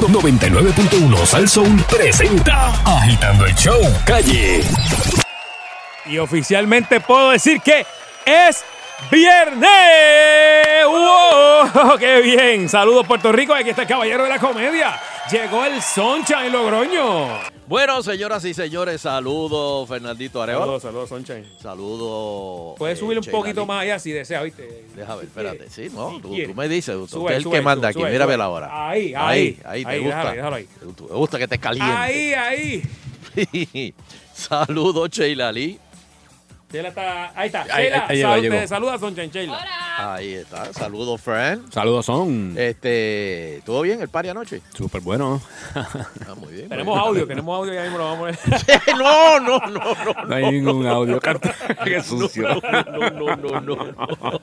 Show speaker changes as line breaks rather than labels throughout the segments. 99.1 Salsoul presenta Agitando el Show Calle.
Y oficialmente puedo decir que es viernes. ¡Wow! ¡Qué bien! Saludos Puerto Rico, aquí está el caballero de la comedia. Llegó el Soncha en Logroño.
Bueno, señoras y señores, saludos Fernandito Arevalo.
Saludos, saludos, Sunshine.
Saludos.
Puedes
eh,
subir un
Sheila
poquito
Lee.
más allá si desea, ¿viste?
Deja ver, espérate. Sí, no,
Si
tú,
quieres.
tú me dices, tú
Sube,
eres el
sube,
que manda
sube,
aquí. Mira,
sube.
ve la hora.
Ahí, ahí.
Ahí, te
Ahí,
gusta.
déjalo, déjalo ahí.
Te, te gusta que estés caliente.
Ahí, ahí.
saludos, Sheila Lee.
Sheila está, ahí está.
Ahí-
Sheila,
ahí- ahí llegó,
sal-
llegó.
te saluda Sunshine Sheila.
Ahí está. Saludos, Fran.
Saludos son
Este, ¿todo bien el party anoche?
súper buenos.
Ah, muy bien.
Tenemos
muy
audio,
bien.
tenemos audio, ya mismo lo vamos a poner.
no, no, no, no.
No hay ningún audio. Qué sucio.
No, no, no, no. no.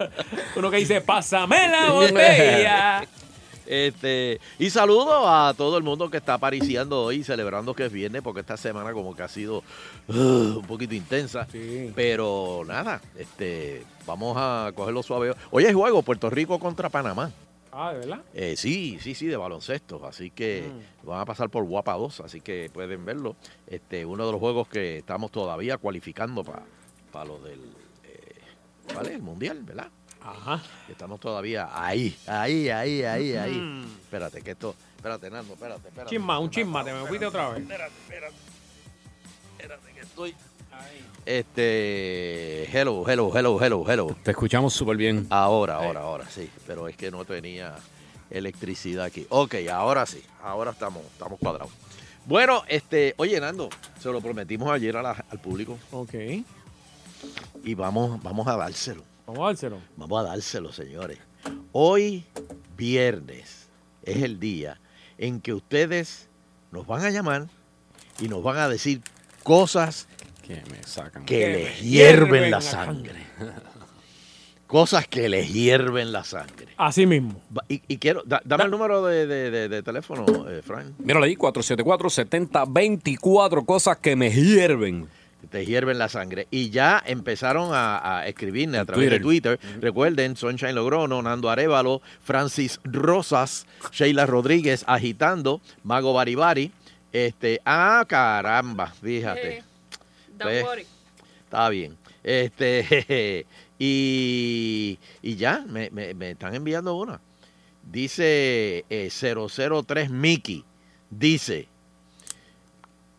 Uno que dice, pásame la botella.
Este, y saludo a todo el mundo que está apariciando hoy, celebrando que es viernes, porque esta semana como que ha sido uh, un poquito intensa.
Sí.
Pero nada, este, vamos a cogerlo suave. Hoy es juego Puerto Rico contra Panamá.
Ah, ¿de verdad?
Eh, sí, sí, sí, de baloncesto. Así que
Mm.
van a pasar por Guapa 2, así que pueden verlo. Este, uno de los juegos que estamos todavía cualificando para lo del eh, ¿cuál es? el Mundial, ¿verdad?
Ajá.
Estamos todavía ahí, ahí, ahí, ahí, ahí. Espérate, que esto. Espérate, Nando, espérate, espérate.
Mm. Chisma, un chisma, te
Nando,
me fuiste otra vez.
Espérate, espérate. Espérate, que estoy. Este. Hello, hello, hello, hello, hello.
Te escuchamos súper bien.
Ahora, ahora, ahora, sí. Pero es que no tenía electricidad aquí. Ok, ahora sí. Ahora estamos, estamos cuadrados. Bueno, este, oye, Nando, se lo prometimos ayer a la- al público
Ok.
y vamos, vamos a dárselo.
Vamos a dárselo.
Vamos a dárselo, señores. Hoy, viernes, es el día en que ustedes nos van a llamar y nos van a decir cosas
Que me sacan.
que
Que me
les hierven
hierven
la
la
sangre. Cosas que les hierven la sangre.
Así mismo.
Va- Y, y quiero, da- dame el número de, de- de- de teléfono, eh, Frank.
Míralo ahí, 474-7024 cosas que me hierven.
que Te hierven la sangre. Y ya empezaron a, a escribirme a
En
través de Twitter. Recuerden, Sunshine Logrono, Nando Arevalo, Francis Rosas, Sheila Rodríguez, Agitando, Mago Baribari. Este, ah, caramba, fíjate.
Eh, don't
Pues,
worry.
Está bien. Este, jeje, y, y ya, me, me- me están enviando una. Dice eh, 003 Mickey. Dice,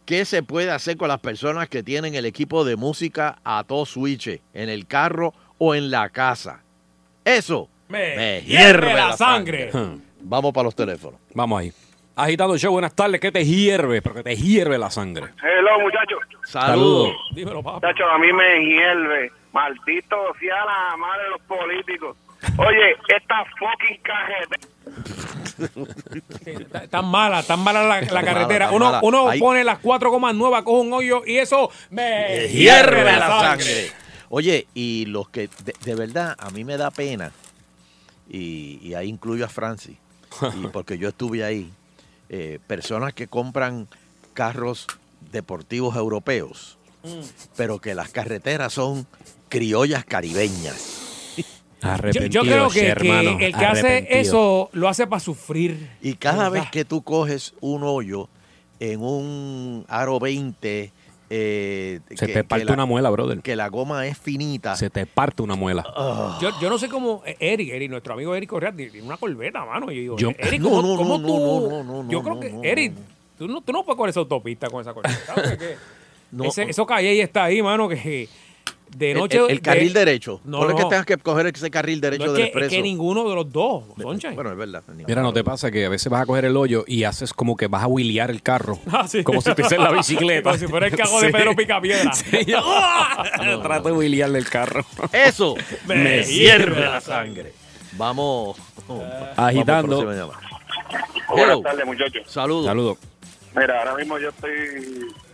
¿qué se puede hacer con las personas que tienen el equipo de música a todo switch en el carro o en la casa? Eso.
Me,
me
hierve,
hierve
la
la
sangre.
Hmm.
Vamos para los teléfonos.
Vamos ahí. Agitado show, buenas tardes. ¿Qué te hierve? Pero que te hierve la sangre.
Hello, muchachos.
Saludos.
Dímelo, papá.
Muchachos, a mí me hierve. Maldito sea la madre de los políticos. Oye, esta fucking carretera.
Está- Tan mala, tan mala la, la carretera.
tan
uno
mala.
uno
Ahí-
pone las cuatro comas nuevas, coge un hoyo y eso me
Me hierve la sangre. Oye, y los que, de, de verdad, a mí me da pena, y, y ahí incluyo a Francis, y porque yo estuve ahí, eh, personas que compran carros deportivos europeos, pero que las carreteras son criollas caribeñas.
Yo,
Arrepentido,
yo creo que,
che,
que
hermano,
el que hace
arrepentido.
eso lo hace para sufrir.
Y cada
¿Verdad?
vez que tú coges un hoyo en un aro 20, eh,
Se
que-
te
que
parte
la-
una muela, brother.
que la goma es finita.
Se te parte una muela.
ah.
Yo, yo no sé cómo eh, Eric, Eric, nuestro amigo Eric Correa, tiene una corveta, mano. Yo digo,
Yo-
Eric,
No,
¿cómo,
no,
cómo
no,
tú?
no, no, no,
yo
no,
creo
no,
que,
no,
Eric,
no.
Tú, no, tú no puedes correr esa autopista con esa corveta. porque
No,
ese- eso calle ahí está ahí, mano, que de
El-
noche...
el, el carril
de-
derecho.
No,
No, es que
no.
tengas que coger ese carril
no,
derecho
es
del
que, es
expreso.
que ninguno de los dos, Soncha.
Bueno, es verdad. ni
Mira, no te pasa que a veces vas a coger el hoyo y haces como que vas a wheelear el carro.
Ah, sí.
Como si te en la bicicleta.
Como si fuera el carro de Pedro Picapiedra.
Sí, yo- Trato de wheelearle el carro.
Eso
Me
me
hierve
hierve la sangre. Vamos.
Agitando.
vamos, próxima llamada. Hello.
Buenas tardes, muchachos.
Saludos.
Saludos.
Mira, ahora mismo yo estoy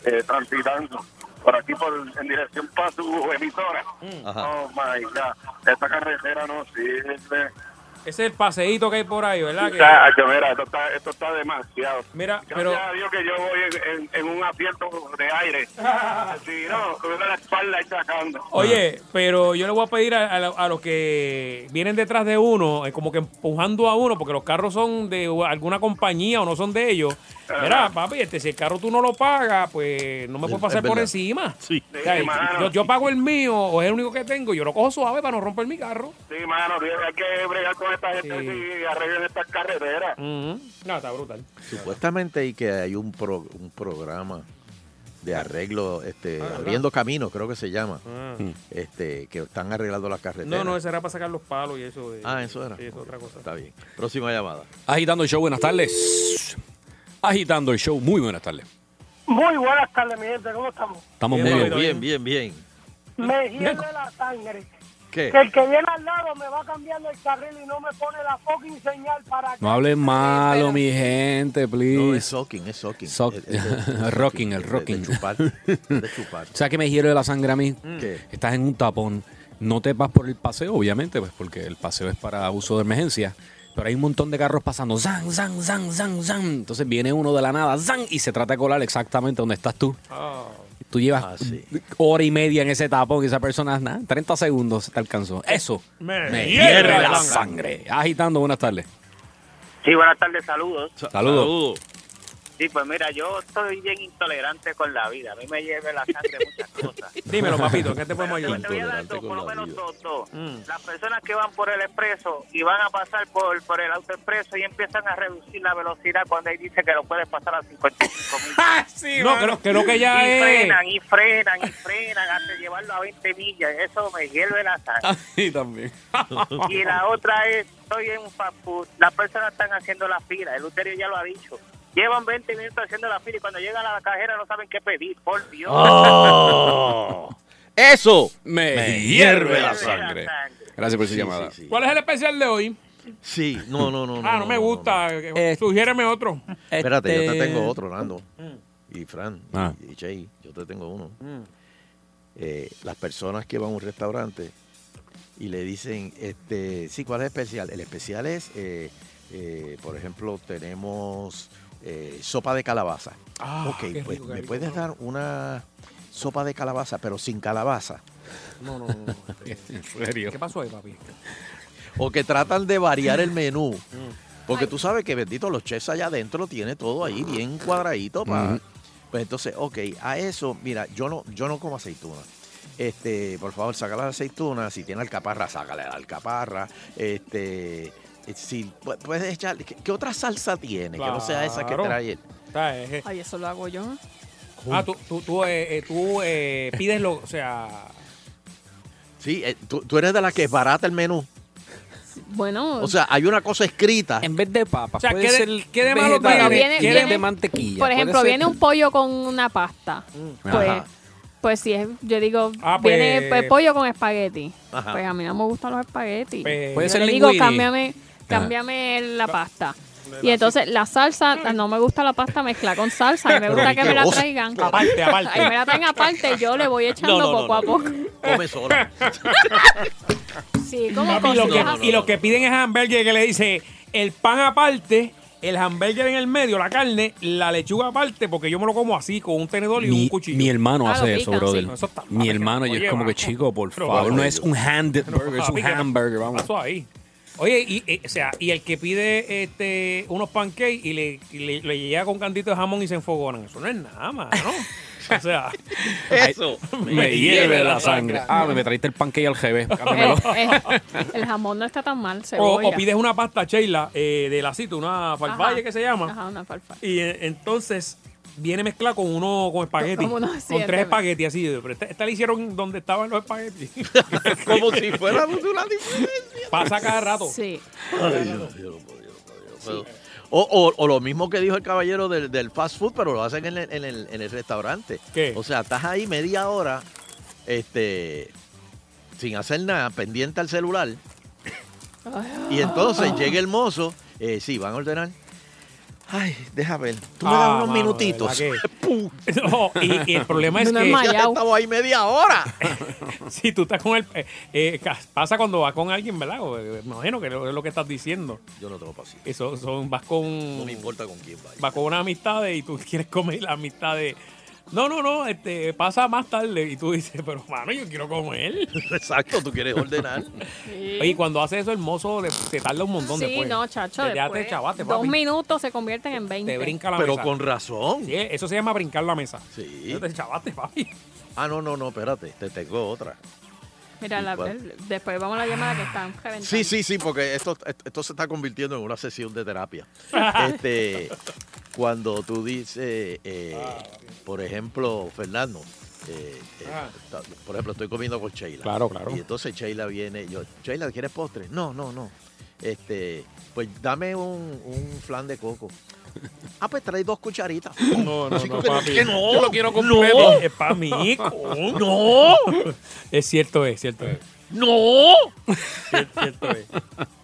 eh, transitando por aquí por, en dirección para su emisora.
Mm. Ajá.
Oh my god, esta carretera no sirve.
Ese es el paseíto que hay por ahí, ¿verdad? Que-
Chacho, mira, esto está, esto está demasiado.
Mira,
Gracias
pero-
a Dios que yo voy en, en- en un asiento de aire. Si no, con la espalda ahí sacando.
Oye, pero yo le voy a pedir a, a lo- a los que vienen detrás de uno, eh, como que empujando a uno, porque los carros son de u- alguna compañía o no son de ellos.
Ah.
Mira, papi, este, si el carro tú no lo pagas, pues no me puedes
Es
pasar por
verdad.
encima.
Sí.
O sea,
Sí, mano.
yo, yo pago el mío, o es el único que tengo, yo lo cojo suave para no romper mi carro.
Sí, mano, tío, hay que bregar con esta gente
Sí. Mm-hmm.
y arreglen estas carreteras.
No, está brutal.
Supuestamente hay que hay un, pro- un programa de arreglo,
Ah,
este, abriendo caminos, creo que se llama, este, que están arreglando las carreteras.
No, no, eso era para sacar los palos y eso. de-
Pues Ah, eso era.
Sí, eso es
Ok,
otra cosa.
Está bien. Próxima llamada.
Agitando el show, buenas tardes. Agitando el show, muy buenas tardes.
Muy buenas tardes, mi gente, ¿cómo estamos?
Estamos muy
Bien,
bien.
Bien, bien, bien, bien.
Me hierve la sangre.
Eh.
¿Qué?
Que el que viene al lado me va cambiando el carril y no me pone la fucking señal para que...
No hablen malo, mi gente, please.
No, es socking, es socking.
Sock-
Es- es- es- es
Rocking, el
de-
rocking.
De, chupar, de chupar. Mm.
O sea, que me giro de la sangre a mí.
¿Qué?
Estás en un tapón. No te vas por el paseo, obviamente, pues porque el paseo es para uso de emergencia. Pero hay un montón de carros pasando. Zan, zan, zan, zan, zan. Entonces viene uno de la nada. Zan. Y se trata de colar exactamente donde estás tú.
Ah.
Tú llevas
Ah, sí.
hora y media en ese tapón y esa persona, nada, 30 segundos te alcanzó. Eso
Me hierve
hierve
la
la sangre. Agitando, buenas tardes.
Sí, buenas tardes, saludos.
Saludos.
Sí, pues mira, yo estoy bien intolerante con la vida. A mí me lleva la sangre muchas cosas.
Dímelo, papito, ¿en qué te podemos
Pero te
ayudar? Mm.
voy a dar
Intolerante
dos,
con
por lo
la
menos
vida.
dos, dos. Las personas que van por el expreso y van a pasar por, por el autoexpreso y empiezan a reducir la velocidad cuando ahí dice que lo puedes pasar a 55 mil.
Ah, No, creo, creo que
Y
ya es.
frenan, y frenan, y frenan hasta llevarlo a 20 millas. Eso me hierve la sangre.
Y también.
Y la otra es, estoy en un fast food. Las personas están haciendo la fila. El uterio ya lo ha dicho. Llevan 20 minutos haciendo la fila y cuando llegan a la cajera no saben qué pedir. Por Dios.
Oh. Eso.
Me,
hierve
hierve la
la
sangre.
sangre.
Gracias por su
Sí,
llamada.
sí, sí.
¿Cuál es el especial de hoy?
Sí, no, no, no.
Ah, no me gusta.
Eh,
Sugiéreme otro. Mm,
Espérate, yo te
Este-
tengo otro, Nando. Y Fran, y-
Ah.
y Chey, yo te tengo uno. Eh, las personas que van a un restaurante y le dicen, este, sí, ¿cuál es el especial? El especial es, eh, eh, por ejemplo, tenemos eh, sopa de calabaza.
Ah,
ok,
qué
pues
rico, qué
me
rico,
puedes dar una sopa de calabaza, pero sin calabaza.
No, no, no.
En serio.
¿Qué pasó ahí, papi?
O que tratan de variar el menú. Porque tú sabes que bendito los chefs allá adentro tiene todo ahí bien cuadradito para.
Ujú.
Pues entonces, ok, a eso, mira, yo no, yo no como aceituna. Este, por favor, saca las aceitunas, si tiene alcaparra, sácale la alcaparra. Este, si pu- puedes echar, ¿qué, qué otra salsa tiene? Que no sea esa que
Claro.
trae él.
Está, eh, eh.
Ay, eso lo hago yo.
Ah, tú, tú, tú, eh, eh, tú eh, pides lo. O sea.
Sí, eh, tú, tú eres de las que es barata el menú.
Bueno,
O sea, hay una cosa escrita.
En vez de papas,
O sea,
puede
¿qué de-
ser
qué de malo
vegetales,
tiene? Viene-
qué
viene-
de mantequilla.
por
puede
ejemplo,
ser-
viene un pollo con una pasta. Pues,
Mm. Ajá.
pues si es, yo digo,
Ah,
viene
pues-
pues, pollo con espagueti.
Ajá.
Pues a mí no me gustan los espaguetis.
Pues-
Puede
yo
ser
le digo,
linguini.
cámbiame, cámbiame la pasta. Y entonces la salsa, no me gusta la pasta mezclada con salsa, a mí me gusta que me la
asqueroso.
traigan.
Aparte, aparte.
Ahí me la traen aparte, yo le voy echando
No, no, no,
poco
no.
a poco.
Come sola.
Sí, como
Papi, lo
cosas
que,
así.
y lo que piden es hamburguer que le dice el pan aparte, el hamburger en el medio, la carne, la lechuga aparte, porque yo me lo como así, con un tenedor y un
Mi,
cuchillo.
mi hermano
Ah,
hace
lo
eso,
pican,
brother.
sí. No,
eso está-
mi hermano, yo
Oye,
es como que
bajo.
chico, por
Pero
favor,
bajo.
no es un handed
Pero,
burger, es
papi,
un
¿qué
hamburger, vamos.
pasó ahí? Oye, y, eh, o sea, y el que pide este unos pancakes y le, y le, le llega con cantito de jamón y se enfogonan, eso no es nada, mano. O sea,
Eso.
Me hierve la sangre. Ah, me, me traíste el pancake al jefe.
Eh,
cámbiamelo.
eh, el jamón no está tan mal,
o,
cebolla.
o pides una pasta, Sheila, eh, de lacito, una
Ajá.
farfalle que se llama.
Ajá, una farfalla.
Y eh, entonces viene mezclado con uno con espagueti.
Como uno
con
siente.
tres espaguetis así. Pero esta, esta le hicieron donde estaban los espaguetis.
Como si fuera una diferencia.
Pasa cada rato.
Sí.
O, o- o lo mismo que dijo el caballero del, del fast food, pero lo hacen en el, en el- en el restaurante.
¿Qué?
O sea, estás ahí media hora este, sin hacer nada, pendiente al celular.
Ah.
Y entonces llega el mozo, eh, sí, van a ordenar. Ay, deja ver. Tú me
Ah,
das unos
mano,
minutitos.
¿verdad
Pum.
No, y, y el problema es
No, no
que
es
Ya te
Yao.
estaba ahí media hora.
si tú estás con el... eh, eh, ca- pasa cuando vas con alguien, ¿verdad? O, eh, Me imagino que lo- es lo que estás diciendo.
Yo no tengo paciencia.
Eso son, vas con...
No me importa con quién vaya.
va con una amistad de- y tú quieres comer la amistad de no, no, no, este, pasa más tarde y tú dices, pero mano, yo quiero comer.
Exacto, tú quieres ordenar.
Y cuando hace eso, el mozo le- se tarda un montón
Sí,
después.
no, chacho.
Te- ya te
después,
chavaste,
dos
papi.
minutos se convierten en 20.
Te brinca la
pero
mesa.
con razón.
Sí, eso se llama brincar la mesa.
Sí.
Ya Te chavaste, papi.
Ah, no, no, no, espérate. Te tengo otra.
Mira, la-
Igual.
el- después vamos a la llamada que están reventando.
Sí, sí, sí, porque esto, esto se está convirtiendo en una sesión de terapia. este, cuando tú dices, eh, por ejemplo, Fernando, eh, eh,
Ah.
ta- por ejemplo, estoy comiendo con Sheila.
Claro, claro.
Y entonces Sheila viene, yo, Sheila, ¿quieres postre? No, no, no. Este, pues dame un, un flan de coco. Ah, pues trae dos cucharitas.
No, no, no,
pero
papi.
es que no,
Yo lo quiero completo. Es para mí. No. Es cierto, es cierto. Es.
¡No!
Es cierto, es.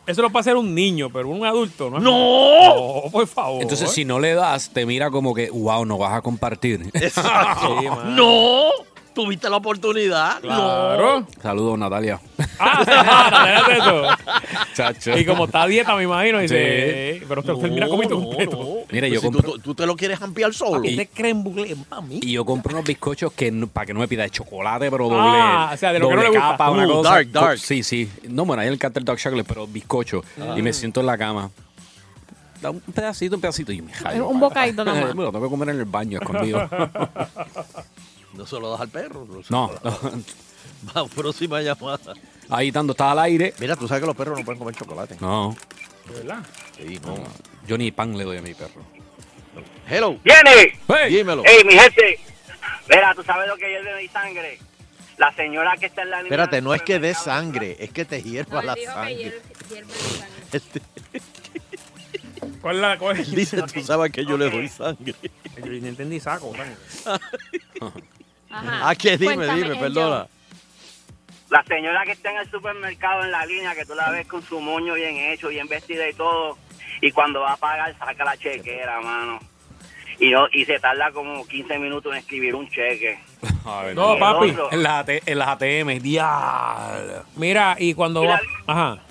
Eso lo puede hacer un niño, pero un adulto, ¿no?
¡No!
No, por favor.
Entonces, si no le das, te mira como que, wow, no vas a compartir.
Exacto.
Sí, mano.
¡No! ¿Tuviste la oportunidad?
Claro.
Saludos, Natalia.
Ah, claro, espérate eso.
Chacho.
Y como está a dieta, me imagino, dice, "Oh".
Sí.
eh, pero te
No,
lo termina comiendo
no,
completo.
no.
Mira, yo
si tú-
compro-
tú, tú te lo quieres ampliar solo.
Este creme brulee, mami.
Y yo compro unos bizcochos que no- para que no me pida de chocolate, pero doble,
Ah, o sea, de lo que
doble
no le gusta.
capa, una
Uh,
cosa.
dark, dark.
Sí, sí. No, bueno, hay el Carter Dark Chocolate, pero bizcocho. Y
Ah.
me siento en la cama. Da un pedacito, un pedacito. Y me jallo.
Un bocadito nada más.
Me lo tengo que comer en el baño, escondido.
No se lo das al perro. se
No,
lo das.
no.
Va, próxima llamada.
Ahí tanto, está al aire.
Mira, tú sabes que los perros no pueden comer chocolate.
No,
¿Verdad?
Sí, no.
yo ni pan le doy a mi perro.
Hello,
¡Viene!
dímelo.
¡Ey, mi gente! Mira, tú sabes lo que hierve mi sangre. La señora que está en la línea
Espérate,
del
no es que dé
supermercado,
sangre, es que te hierva la sangre. Este,
¿Cuál es la cuál es?
él dice, tú sabes que yo le doy sangre.
Yo no entendí saco. sangre.
Ajá.
Ah, que dime,
Cuéntame,
dime,
Angel.
perdona.
La señora que está en el supermercado en la línea, que tú la ves con su moño bien hecho, bien vestida y todo, y cuando va a pagar saca la chequera, mano. Y, no- y se tarda como 15 minutos en escribir un cheque.
No, papi.
otro.
En las, AT en las ATM, diablo.
Mira, y cuando
Mira.
va. Ajá.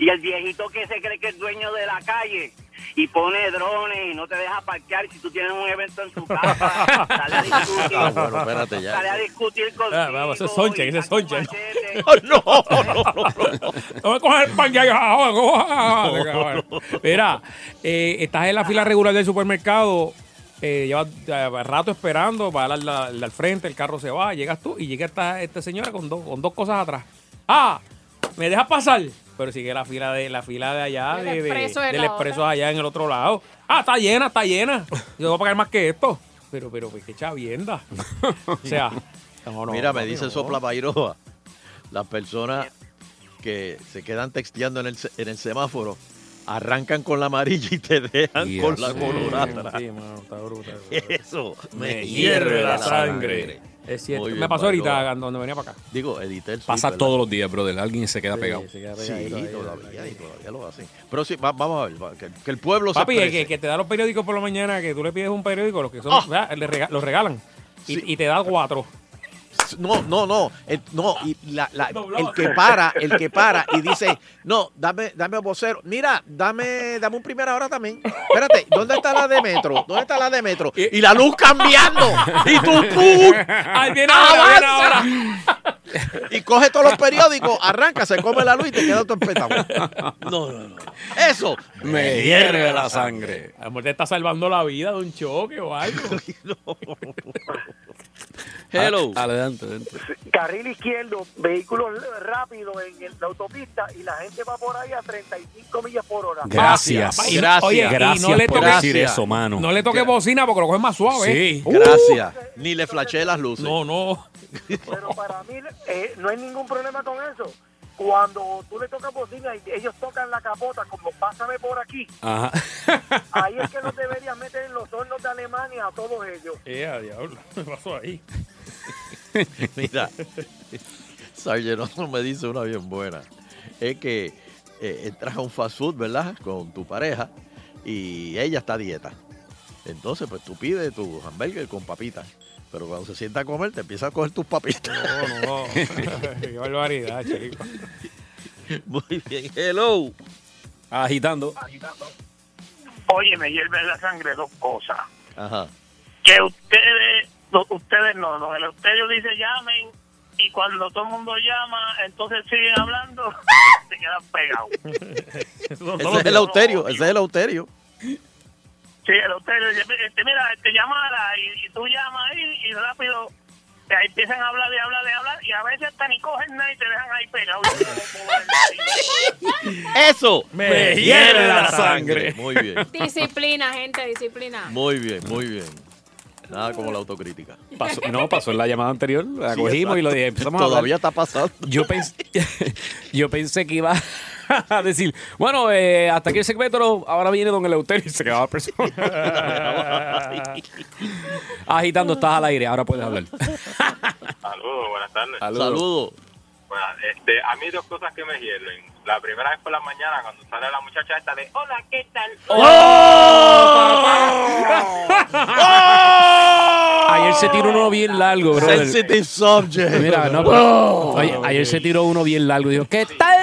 Y el viejito que se cree que es dueño de la calle y pone drones y no te deja parquear si tú tienes un evento en tu casa. sale a discutir,
Ah, bueno, espérate ya.
sale a discutir contigo.
Ah, vamos, eso es Sonche,
y
eso es
saca un
Sonche.
machete.
Oh, no, no, no, no.
No me cojas el pan que hay. Ah, ah, ah, ah. Mira, eh, estás en la fila regular del supermercado. Eh, llevas eh, rato esperando, va al, al, al frente, el carro se va, llegas tú y llega esta, esta señora con, dos con dos cosas atrás. ¡Ah! ¿Me dejas pasar? Pero sigue la fila de la fila de allá,
Del
de- de-
expreso de
del
la
expreso
otra.
allá en el otro lado. ¡Ah, está llena, está llena! Yo voy a pagar más que esto. Pero, pero, pues, qué chavienda. o sea, no, no,
Mira, me
papi,
dice
no.
Sopla Bairoa, las personas que se quedan texteando en el, se- en el semáforo, arrancan con la amarilla y te dejan
Y
con la
así.
colorada.
Sí, mano, está brutal.
Eso, me,
Me
hierve la sangre.
Es cierto.
Muy bien,
me pasó
Bairoa.
ahorita cuando venía para acá.
Digo, editor. soy,
Pasa
¿verdad?
todos los días, brother. Alguien se queda pegado.
Sí, todavía, y todavía lo hacen. Pero sí, va- vamos a ver, va- que, que el pueblo
Papi,
se
el
exprese.
que, que te da los periódicos por la mañana, que tú le pides un periódico, los que son,
Ah.
¿verdad? Le rega- los regalan. Y,
Sí.
y te da cuatro.
No, no, no, el, no, y la- la-
Dobló.
el que para, el que para y dice, no, dame, dame vocero, mira, dame, dame un primera hora también. Espérate, ¿dónde está la de metro? ¿Dónde está la de metro? Y la luz cambiando. Y tú, ¡pum!
¡Ay, viene ahora, viene ahora!
Y coge todos los periódicos, arranca, se come la luz y te queda todo empetado. No, no, no. Eso.
Me hierve la sangre.
A lo mejor te está salvando la vida de un choque o algo.
Hello.
A- Adelante, adelante.
Carril izquierdo, vehículos rápidos en, el- la autopista y la gente va por ahí a 35 millas por hora.
Gracias.
Papá, y no-
Gracias.
oye, y
Gracias
no le
por
toques,
decir
Gracias.
eso, mano.
no le toques bocina porque lo coges más suave. Uh.
Sí.
Gracias. Ni le flasheé las luces.
No, no.
Pero para mí eh, no hay ningún problema con eso. Cuando tú le tocas bocina y ellos tocan la capota, como pásame por aquí,
Ah.
Ajá.
ahí es que los deberías meter en los hornos de Alemania a todos ellos.
Eh, a diablo. Me pasó ahí.
Mira, Sargento me dice una bien buena. Es que eh, entras a un fast food, ¿verdad? Con tu pareja
y ella está a dieta. Entonces, pues tú pides tu hamburger con papitas. Pero cuando se sienta a comer, te empieza a coger tus papitas.
No, no. Qué barbaridad, chico.
Muy bien, hello.
Agitando.
Oye, me hierve la sangre dos cosas.
Ajá.
Que ustedes, no, ustedes no, no, el- ustedes dicen llamen y cuando todo el mundo llama, entonces siguen hablando, se quedan pegados.
Ese es el austerio, ese es el austerio.
Sí, el hotel, este, mira, te llamara y, y tú llamas ahí y rápido te empiezan a hablar y hablar y hablar y a veces hasta ni cogen nada y te dejan ahí pegado.
Eso
Me hierve la sangre.
Muy bien,
Disciplina, gente, disciplina.
muy bien, muy bien. Nada como la autocrítica.
Pasó- no, pasó en la llamada anterior. La
Sí,
cogimos y lo
exacto.
dije. Empezamos a hablar.
Todavía está pasando.
Yo pensé, yo pensé que iba a decir, bueno, eh, hasta aquí el segmento, ahora viene don Eleuterio y se quedaba la persona. Agitando, estás al aire, ahora puedes hablar.
Saludos, buenas tardes.
Saludos.
Bueno, este, a mí dos cosas que me hierven. La primera es por la mañana cuando sale la muchacha esta de hola, ¿qué tal?
Oh,
Oh.
Ayer se tiró uno bien largo, bro.
Sensitive subject. Oh.
Mira, no, pero- Oye, ayer se tiró uno bien largo. Dijo, ¿qué tal?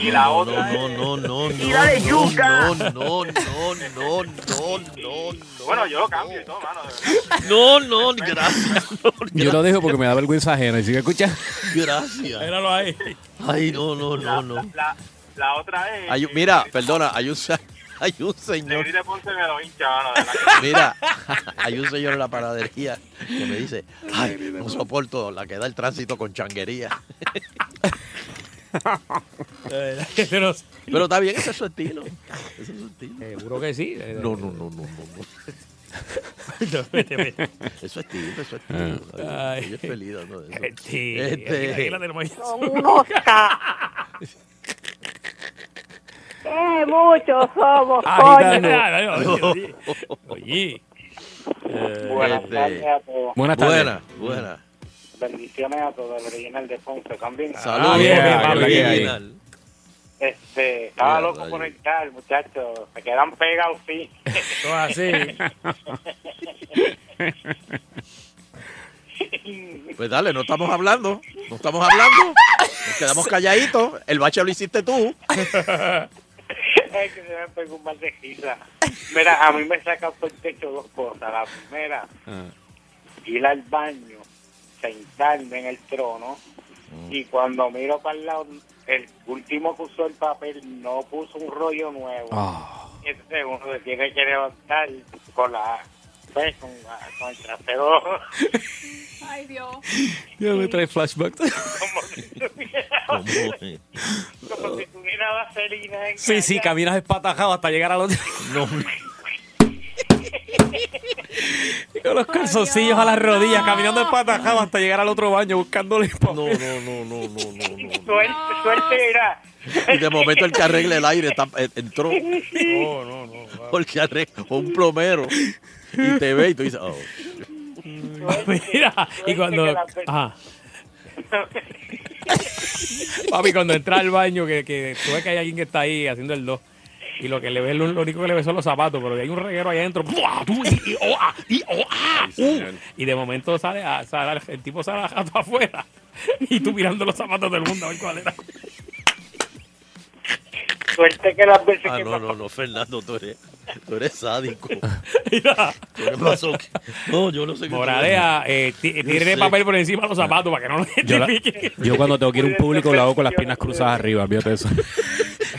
y la otra es,
No, no, no, no.
dale
no,
yuca.
No, no, no, no, no, no, no.
bueno, yo lo cambio y todo, mano. de verdad.
No, no, gracias. no,
Yo lo dejo porque me da vergüenza ajena. Y sigue escuchando.
gracias.
Míralo ahí.
Ay, no, no, no,
La,
no.
la, la otra es...
Hay un- mira, perdona, hay un, se- hay un señor.
Negrita este Ponce me lo hincha, mano. de verdad que-
Mira, hay un señor en la panadería que me dice, ay, no soporto la que da el tránsito con changuería.
De verdad que se nos-
Pero está bien, ese es su estilo. Ese es su estilo.
Seguro que sí.
Eh,
No, no, no, no, no. no. Es su estilo, es su estilo.
Ah.
Ay, Ella es feliz dando eso.
Este,
Este-
aquí la tenemos ahí.
¡Qué Eh, muchos somos,
Agitando. Oye, oye, oye.
Buenas tardes a
todos.
Buenas tardes.
Buena, buena.
Bendiciones a todos. El original de Ponce también.
Saludos,
bien, bien,
original.
bien,
Este,
Mira,
estaba loco
rayo.
por entrar, muchachos. Se quedan pegados, sí.
Todo así.
Pues dale, no estamos hablando. No estamos hablando. Nos quedamos calladitos. El bache lo hiciste tú.
es que se me pegó un mal de gila. Mira, a mí me sacan por el techo dos cosas. La primera, ir al baño, sentarme en el trono. Y cuando miro para el lado, el último que usó el papel no puso un rollo nuevo.
Ah.
Entonces uno se tiene que levantar con la... pues, Con, la- con el trasero
Ay, Dios.
Ya me trae flashbacks.
como si tuviera, como si tuviera vaselina en
Sí, sí,
casa.
caminas espatajado hasta llegar al otro.
No,
Con los calzoncillos a las rodillas, caminando espatajado hasta llegar al otro baño buscándole.
no, no, no, no, no, no, no.
Suerte, suerte era.
Y de momento el que arregle el aire está- eh, entró.
No, no, no.
Porque arregla o un plomero. Y te ve y tú dices, oh.
Mira, y cuando.
que la pe-
Ajá. Papi, cuando entra al baño, que, que tú ves que hay alguien que está ahí haciendo el 2. Y lo que le ves, lo, lo único que le ves son los zapatos, pero hay un reguero ahí adentro. ¡Buah! ¡Tú! ¡Y, y- oh, ah! ¡Y, oh, ah! ¡Uh! Y de momento sale, a- sale- el tipo sale a- para afuera. Y tú mirando los zapatos del mundo a ver cuál era.
Suerte que las veces
Ah,
que
no, no, no, Fernando, tú eres, tú eres sádico.
Mira.
Tú eres masoquista. No, yo no sé qué.
Moralea, eh, ti- tírale
sé.
papel por encima de los zapatos para que no lo
Yo, la-
identifique.
yo cuando tengo que ir a un público lo hago con las piernas cruzadas arriba, fíjate eso. Eh,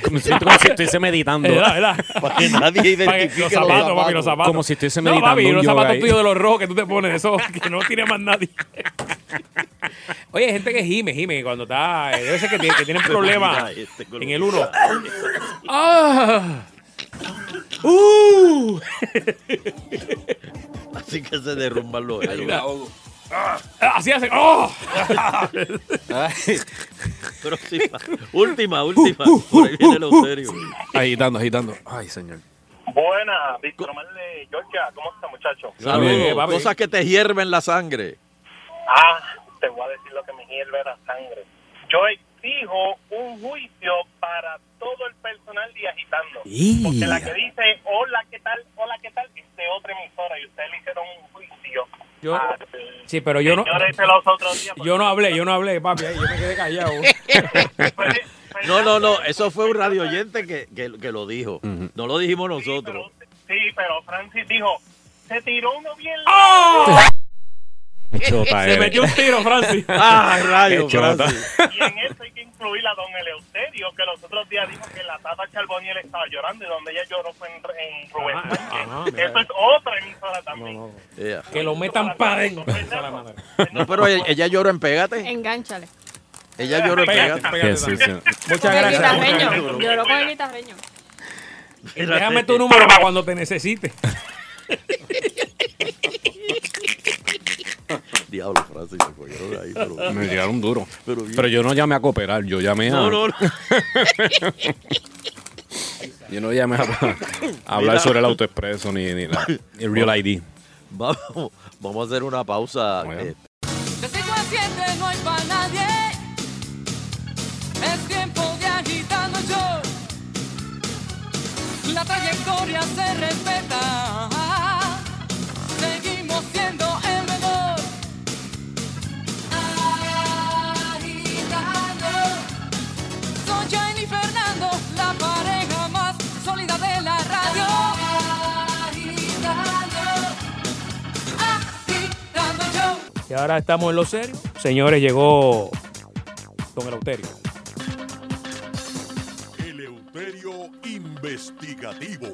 Como si, como si estuviese meditando.
¿Verdad, verdad?
Para que nadie
Pa' que-
identifique
los zapatos, papi, los zapatos.
Como si estuviese
No,
meditando
papi,
un
los
yoga
zapatos
ahí.
tuyos de los rojos que tú te pones, esos que no tiene más nadie. Oye, hay gente que gime, gime cuando está. eh, Debe ser que, tiene- que tienen problemas
Mira, este con
en
los-
el uno. ¡Ah! ¡Uh!
Así que se derrumban los héroes.
Ah, Así hace. ¡Oh!
Próxima. Última, última. Por ahí
Uh,
viene lo serio.
Agitando, agitando. Ay, señor.
Buena, Víctor Omar de Georgia. ¿Cómo está, muchacho?
Bien,
Saludos.
papi.
Cosas que te hierven la sangre.
Ah, te voy a decir lo que me hierve la sangre. Yo he
exijo un juicio para todo el personal de agitando.
Y-
Porque la que dice hola, ¿qué tal? Hola, ¿qué tal? Es de otra emisora y ustedes le hicieron un juicio.
Yo, sí, pero yo no.
Señores, se los otros días, pues,
Yo no hablé, yo no hablé, papi. ahí Yo me quedé callado.
Pues,
No, no, no, eso fue un radio oyente que, que, que lo dijo. No lo dijimos nosotros.
Sí, pero Francis dijo, se tiró uno bien
largo.
Chota
¡Ah! Se
eres.
metió un tiro, Francis.
Ah, rayos,
Qué chota.
Francis.
Y en eso hay que incluir a don Eleuterio, que los otros días dijo que la tata Charboniel estaba llorando y donde ella lloró fue en, en Rubén
Ah,
Sánchez.
mira.
Eso es otra emisora también.
Yeah.
Que lo metan para adentro. Esa es la
pues.
madre.
No, pero ella, ella lloró en Pégate.
Engánchale.
Ella lloró en
Pégate,
Pégate.
pégate Sí, sí, también. sí. Muchas
El
gracias. Eh,
guitarreño. Lloró con el guitarreño.
Déjame tu número para cuando te necesite.
Diablo, Francis, me cogieron ahí. Pero,
Me llegaron duro.
Pero,
Pero,
bien.
yo no llamé a cooperar, yo llamé a.
No, no, no.
yo no llamé a, a hablar
Mira.
sobre el autoexpreso ni, ni la, el Real ID.
Vamos, vamos a hacer una pausa. eh,
Yo sigo haciendo no hay para nadie. Es tiempo de agitando yo. La trayectoria se respeta. Seguimos siendo el mejor. Agitando. Soy Jenny Fernando, la pareja más sólida de la radio. Agitando. Agitando yo.
Y ahora estamos en lo serio. Señores, llegó Don Eleuterio.
Eleuterio Investigativo.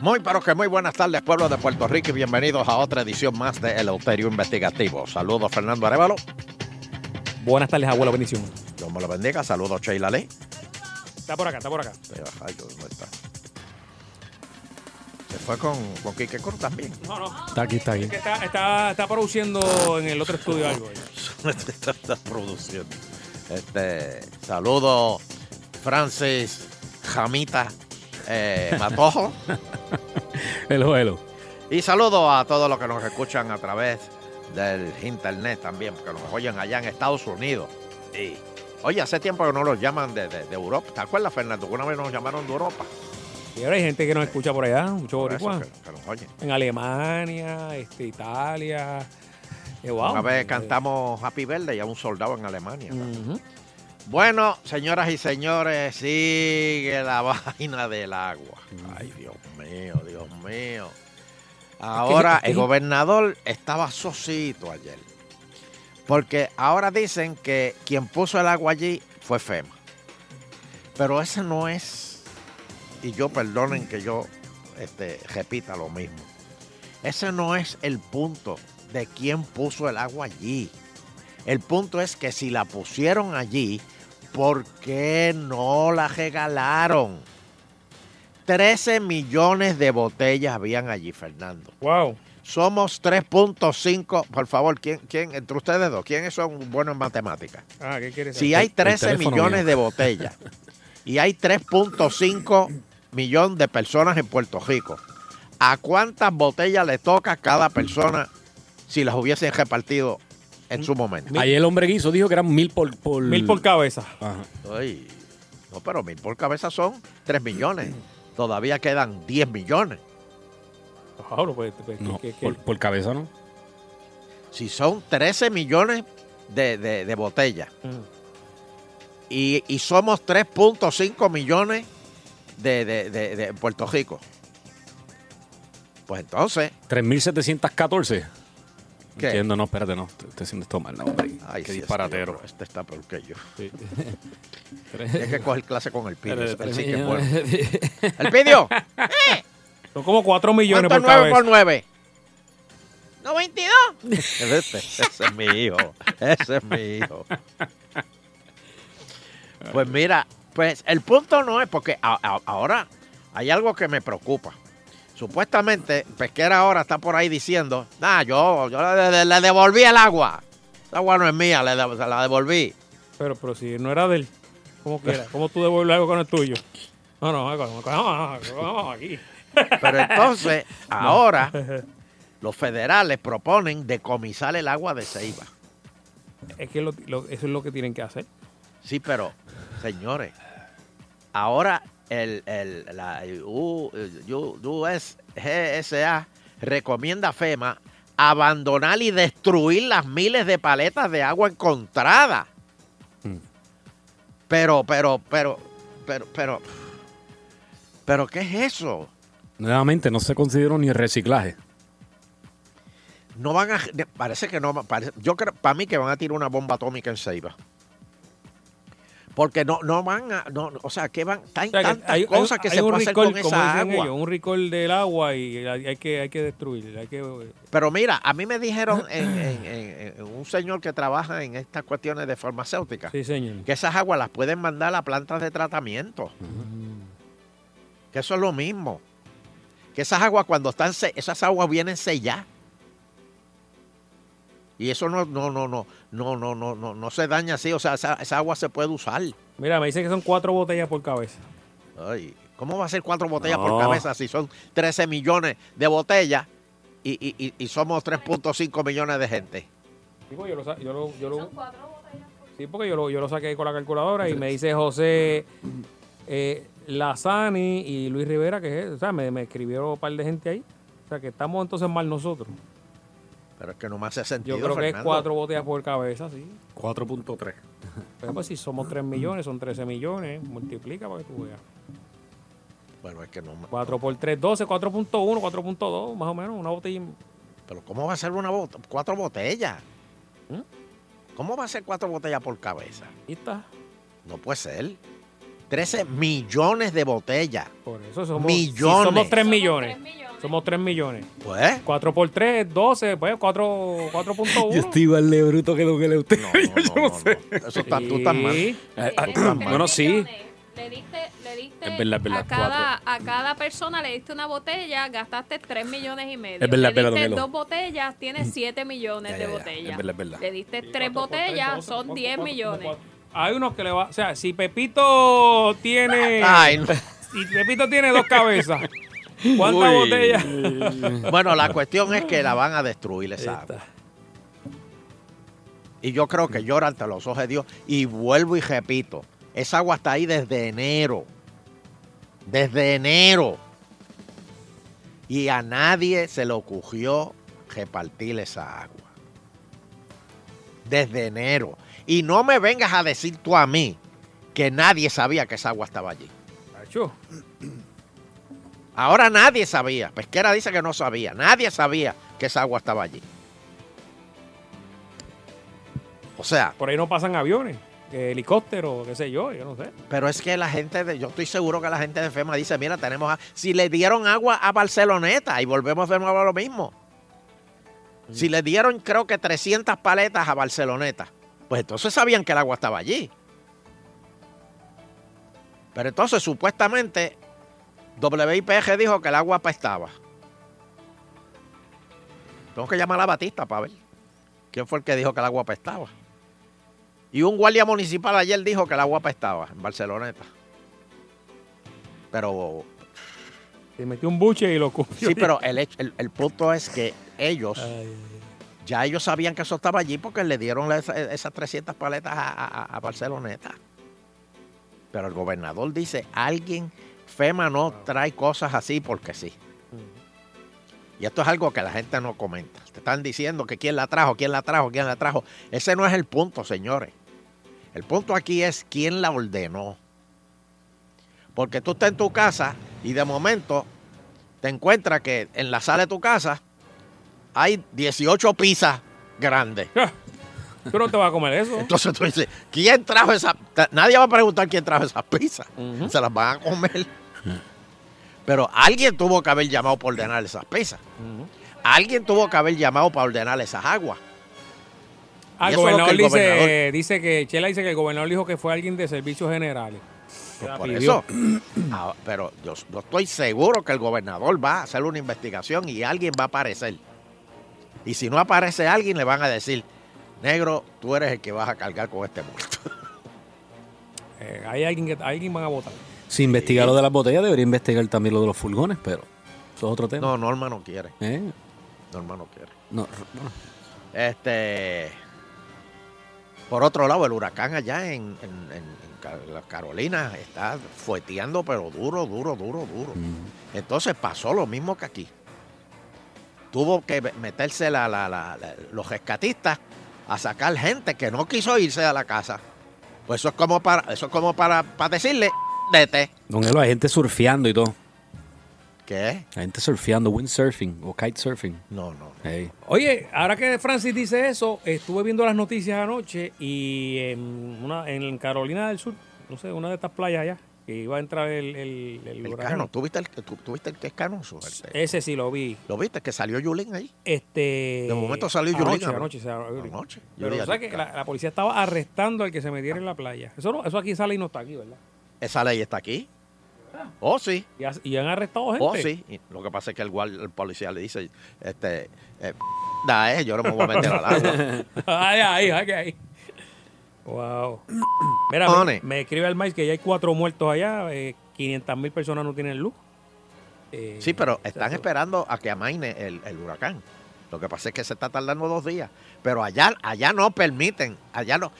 Muy, pero que muy buenas tardes, pueblo de Puerto Rico, y bienvenidos a otra edición más de Eleuterio Investigativo. Saludos, Fernando Arevalo.
Buenas tardes, abuelo, bendición.
Dios me lo bendiga. Saludos, Sheila Lee.
Está por acá, está por acá.
Ay, Dios, ¿dónde está? Se fue con, con Quique Cruz también.
No, no.
Está aquí, está aquí.
Es que está, está, está produciendo en el otro estudio algo.
está, está produciendo. Este, saludo Francis Jamita eh, Matojo.
El juelo.
y saludo a todos los que nos escuchan a través del internet también, porque nos oyen allá en Estados Unidos. Y, oye, hace tiempo que no los llaman de, de- de Europa. ¿Te acuerdas, Fernando? que Una vez nos llamaron de Europa.
Y ahora hay gente que nos escucha por allá, mucho
Por eso
boricua.
que- que nos oyen.
En Alemania, este, Italia. Eh, wow.
Una
Eh,
vez cantamos Happy Verde y a un soldado en Alemania.
Ujú.
Bueno, señoras y señores, sigue la vaina del agua. Ay, Dios mío, Dios mío. Ahora
Es Ah, que- es
el
que-
gobernador estaba socito ayer. Porque ahora dicen que quien puso el agua allí fue FEMA. Pero ese no es. Y yo perdonen que yo este, repita lo mismo. Ese no es el punto de quién puso el agua allí. El punto es que si la pusieron allí, ¿por qué no la regalaron? 13 millones de botellas habían allí, Fernando.
Wow.
Somos 3.5. Por favor, ¿quién, quién, entre ustedes dos, ¿quiénes son buenos en matemáticas?
Ah, ¿qué quieres
Si
saber?
hay 13 millones de botellas y hay 3.5 millones de personas en Puerto Rico, ¿a cuántas botellas le toca a cada persona si las hubiesen repartido en su momento?
Ayer el hombre guiso dijo que eran mil por, por.
Mil por
cabeza.
Ay, no, pero mil por cabeza son 3 millones. Todavía quedan 10 millones.
Pablo, pues, pues,
No,
que- que-
por, por cabeza, ¿no?
Si son 13 millones de, de, de botellas y, y somos 3.5 millones de, de, de- de- en Puerto Rico. Pues entonces,
3.714.
¿Qué?
Entiendo, no, espérate, no. Te, te sientes mal, no, hombre. Qué
sí, este
disparatero.
Este, está peor que yo. Tienes que coger clase con el Pidio.
Pero de
Él
tres
sí que es
millones.
bueno. ¡El Pidio!
Son como 4 millones
¿Cuánto
por
es 9
cabeza.
por 9?
92.
Ese, este, ese es mi hijo. Ese es mi hijo. Pues mira, pues el punto no es porque a- a- ahora hay algo que me preocupa. Supuestamente Pesquera ahora está por ahí diciendo, nah, yo, yo le, le- le devolví el agua. El agua no es mía, le, de- se la devolví.
Pero, pero si no era del. ¿Cómo que era? ¿Cómo tú devuelves algo con el tuyo? No, no, no, no, no, no, no, aquí.
Pero entonces,
No.
ahora los federales proponen decomisar el agua de Ceiba.
Es que lo- lo- eso es lo que tienen que hacer.
Sí, pero, señores, ahora el, el, la U- U- US GSA recomienda a FEMA abandonar y destruir las miles de paletas de agua encontrada.
Hmm.
Pero, pero, pero, pero, pero, pero, ¿qué es eso?
Nuevamente, no se consideró ni reciclaje.
No van a, parece que no, va- parece- yo creo, para mí que van a tirar una bomba atómica en Ceiba. Porque no, no van a, no, no, o sea, que van, tan-
sea, que
tantas
hay- hay-
cosas que
hay
se
un
puede hacer
recall,
con
como
esa
dicen
agua.
ellos, un recall del agua y hay hay que, hay que destruirla. Hay que,
Pero mira, a mí me dijeron en, en- en- en un señor que trabaja en estas cuestiones de farmacéutica
sí, señor.
que esas aguas las pueden mandar a plantas de tratamiento. Que eso es lo mismo. Que esas aguas cuando están se- esas aguas vienen selladas. Y eso no no no no no no no no no se daña así, o sea, esa, esa agua se puede usar.
Mira, me dicen que son cuatro botellas por cabeza.
Ay, ¿cómo va a ser cuatro botellas
No.
por cabeza si son 13 millones de botellas y, y- y- y somos 3.5 millones de gente?
Digo, yo lo, sa- yo lo, yo lo- Sí, porque yo lo, yo lo saqué con la calculadora y me dice José eh, Lazani y Luis Rivera, que es, o sea, me, me escribieron un par de gente ahí. O sea, que estamos entonces mal nosotros.
Pero es que no me hace sentido.
Yo creo que es
Fernando.
cuatro botellas por cabeza, sí.
4.3.
Pero pues si somos 3 millones, son 13 millones, multiplica para que tú veas.
Bueno, es que no me-
4 por 3, 12, 4.1, 4.2, más o menos, una botella.
Pero ¿cómo va a ser una bot- cuatro botellas? ¿Mm? ¿Cómo va a ser cuatro botellas por cabeza?
Y está.
No puede ser. 13 millones de botellas.
Por eso somos,
Millones.
si somos 3 millones. Somos 3 millones.
Pues.
4 por 3, 12, pues 4, 4.1.
Yo estoy más le bruto que lo que le usted. yo no, sé.
Eso
está- tú estás mal. Sí. Eh,
Ah,
bueno, sí.
Le diste, le diste
Es verdad, es verdad,
a, cada, a cada persona le diste una botella, gastaste 3 millones y medio.
Es verdad, es
le
verdad,
diste
don Elo.
dos botellas, tienes 7 millones
Ya,
de
ya, ya, es
botellas.
verdad, es verdad.
Le diste
Sí,
tres
cuatro por tres,
botellas,
doce,
son
cuatro,
10
cuatro,
millones.
cuatro. Hay unos que le va. O sea, si Pepito tiene.
Ay, no.
Si Pepito tiene dos cabezas. ¿Cuántas
Uy.
botellas?
Bueno, la cuestión es que la van a destruir esa agua. Y yo creo que llora ante los ojos de Dios. Y vuelvo y repito, esa agua está ahí desde enero. Desde enero. Y a nadie se le ocurrió repartir esa agua. Desde enero. Y no me vengas a decir tú a mí que nadie sabía que esa agua estaba allí.
Nacho.
Ahora nadie sabía. Pesquera dice que no sabía. Nadie sabía que esa agua estaba allí. O sea,
Por ahí no pasan aviones, eh, helicópteros, qué sé yo, yo no sé.
pero es que la gente de, yo estoy seguro que la gente de FEMA dice, mira, tenemos a- si le dieron agua a Barceloneta y volvemos de nuevo a lo mismo. Si le dieron creo que 300 paletas a Barceloneta, pues entonces sabían que el agua estaba allí. Pero entonces supuestamente WIPG dijo que el agua apestaba. Tengo que llamar a Batista para ver quién fue el que dijo que el agua apestaba. Y un guardia municipal ayer dijo que el agua apestaba en Barceloneta. Pero
Se metió un buche y lo cubrió.
sí, pero el, hecho- el, el punto es que ellos, ya ellos sabían que eso estaba allí porque le dieron la- esa- esas 300 paletas a, a- a Barceloneta. Pero el gobernador dice, alguien, FEMA no trae cosas así porque sí. Y esto es algo que la gente no comenta. Te están diciendo que quién la trajo, quién la trajo, quién la trajo. Ese no es el punto, señores. El punto aquí es quién la ordenó. Porque tú estás en tu casa y de momento te encuentras que en la sala de tu casa hay 18 pizzas grandes.
Tú no te vas a comer eso.
Entonces tú dices, ¿quién trajo esa? ta- Nadie va a preguntar quién trajo esas pizzas. Se las van a comer. Pero alguien tuvo que haber llamado para ordenar esas pizzas. Alguien tuvo que haber llamado para ordenar esas aguas.
Ah,
Y
el
eso es lo
gobernador,
que el
dice,
gobernador-
dice que, Chela dice que el gobernador dijo que fue alguien de servicios generales.
Pues
La
por
pidió.
eso. Ah, pero yo, yo estoy seguro que el gobernador va a hacer una investigación y alguien va a aparecer. Y si no aparece alguien, le van a decir, negro, tú eres el que vas a cargar con este muerto.
Eh, hay alguien que hay alguien van a votar.
Si investiga lo de las botellas, debería investigar también lo de los furgones, pero eso es otro tema.
No, Norma no quiere.
¿Eh?
Norma no quiere.
No,
Este. Por otro lado, el huracán allá en, en- en- en Ca- la Carolina está fueteando, pero duro, duro, duro, duro. Entonces pasó lo mismo que aquí. Tuvo que me- meterse la- la- la- la- los rescatistas a sacar gente que no quiso irse a la casa. Pues eso es como para, eso es como para, para decirle, vete.
Don Elo, hay gente surfeando y todo.
¿Qué?
Hay gente surfeando, windsurfing o kitesurfing.
No, no.
Hey.
Oye, ahora que Francis dice eso, estuve viendo las noticias anoche y en, una, en Carolina del Sur, no sé, una de estas playas allá, que iba a entrar el, el, el
El
huracán.
cano, ¿tú viste, el, tú- tú viste el que es canoso? El-
Ese sí lo vi.
¿Lo viste? Que salió Yulín ahí.
Este,
De momento salió Yulín.
anoche,
habló.
anoche, salió Yulín.
Anoche. Yo
Pero
dije,
tú sabes que
"Nunca".
la, la policía estaba arrestando al que se metiera en la playa. Eso, no- eso aquí sale y no está aquí, ¿verdad?
Esa ley está aquí. Oh, sí.
Ah. Y, has- y han arrestado gente.
Oh, sí. Y lo que pasa es que el, guardia, el policía le dice, este, eh, da, eh, yo no me voy a meter al agua.
ay, ay, ay, ay. Wow. Mira, me,
One.
me escribe el maíz que ya hay cuatro muertos allá, eh, 500 mil personas no tienen luz. Eh,
Sí, pero están esperando a que amaine el, el huracán. Lo que pasa es que se está tardando dos días. Pero allá, allá no permiten, allá no.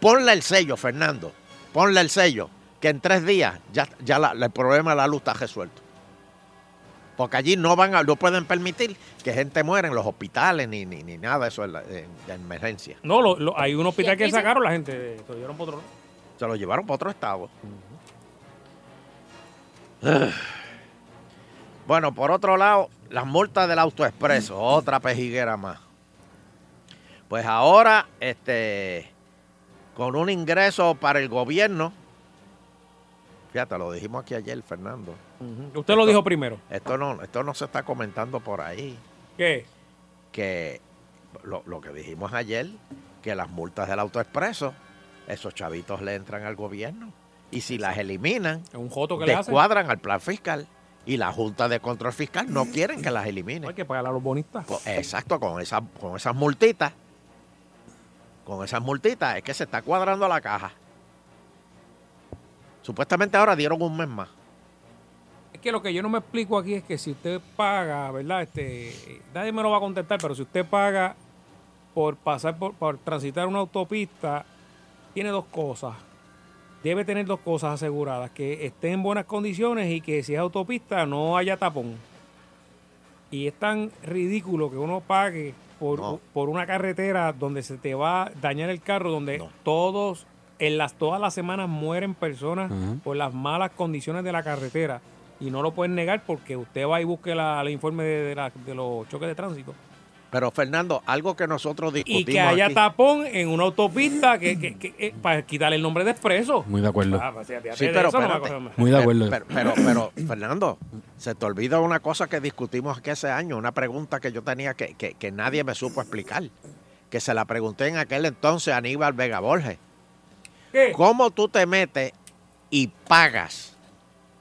Ponle el sello, Fernando. Ponle el sello. Que en tres días ya, ya la- el problema de la luz está resuelto. Porque allí no van a, no pueden permitir que gente muera en los hospitales ni, ni, ni nada de eso en la- en- de emergencia.
No, lo- lo- hay un hospital
¿Quién
que
dice?
sacaron la gente, de- se lo llevaron por otro lado.
Se lo llevaron para otro estado. Bueno, por otro lado, las multas del
Mm.
autoexpreso, otra pejiguera más. Pues ahora, este, con un ingreso para el gobierno, fíjate, lo dijimos aquí ayer, Fernando.
Usted lo dijo primero.
Esto no, esto no se está comentando por ahí.
¿Qué?
Que lo, lo que dijimos ayer, que las multas del autoexpreso, esos chavitos le entran al gobierno. Y si las eliminan,
Un joto que le hace.
descuadran al plan fiscal. Y la Junta de Control Fiscal no quieren que las eliminen.
Hay que pagar a los bonistas.
Pues, exacto, con, esa- con esas multitas. Con esas multitas es que se está cuadrando la caja. Supuestamente ahora dieron un mes más.
Es que lo que yo no me explico aquí es que si usted paga, ¿verdad? Este, nadie me lo va a contestar, pero si usted paga por pasar por, por transitar una autopista, tiene dos cosas. Debe tener dos cosas aseguradas, que esté en buenas condiciones y que si es autopista no haya tapón. Y es tan ridículo que uno pague por, por una carretera donde se te va a dañar el carro, donde todos, en las, todas las semanas mueren personas
Ujú.
por las malas condiciones de la carretera. Y no lo pueden negar porque usted va y busque la, el informe de, de la- de los choques de tránsito.
Pero Fernando, algo que nosotros discutimos
Y que haya
aquí-
tapón en una autopista que, que- que- eh, para quitarle el nombre de expreso.
Muy de acuerdo.
Ah, pues, fíjate,
Sí,
de
pero
eso no me
espérate. Eh,
acuerdo.
Muy de acuerdo.
Pero, pero, pero, Fernando, se te olvida una cosa que discutimos aquí ese año, una pregunta que yo tenía que, que- que nadie me supo explicar, que se la pregunté en aquel entonces a Aníbal Vega Borges. ¿Cómo tú te metes y pagas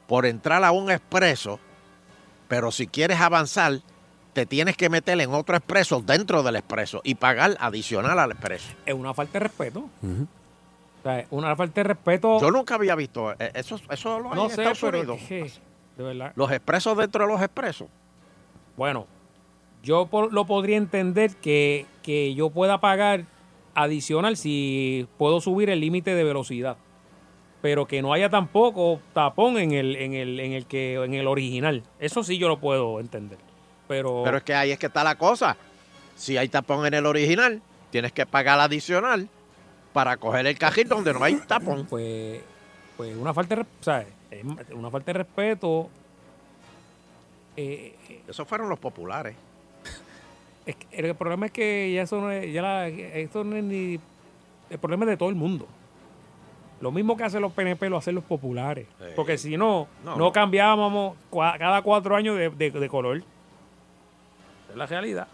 por entrar a un expreso, pero si quieres avanzar, te tienes que meter en otro expreso dentro del expreso y pagar adicional al expreso?
Es una falta de respeto. O sea, es una falta de respeto.
Yo nunca había visto eh, eso, eso lo hay
no
en
sé,
Estados
pero
Unidos.
es que, de verdad.
Los expresos dentro de los expresos.
Bueno, yo por- lo podría entender que, que yo pueda pagar adicional si puedo subir el límite de velocidad. Pero que no haya tampoco tapón en el, en el, en el que, en el original. Eso sí yo lo puedo entender. Pero,
Pero es que ahí es que está la cosa. Si hay tapón en el original, tienes que pagar adicional para coger el cajito donde no hay tapón.
Pues, pues una falta de, resp- o sea, es una falta de respeto. Eh,
Esos fueron los populares.
Es que el problema es que ya eso no es, ya la- esto no es ni el problema es de todo el mundo. Lo mismo que hacen los PNP lo hacen los populares.
Sí.
Porque si no, no,
No, no.
cambiábamos cua- cada cuatro años de, de- de color. Es la realidad.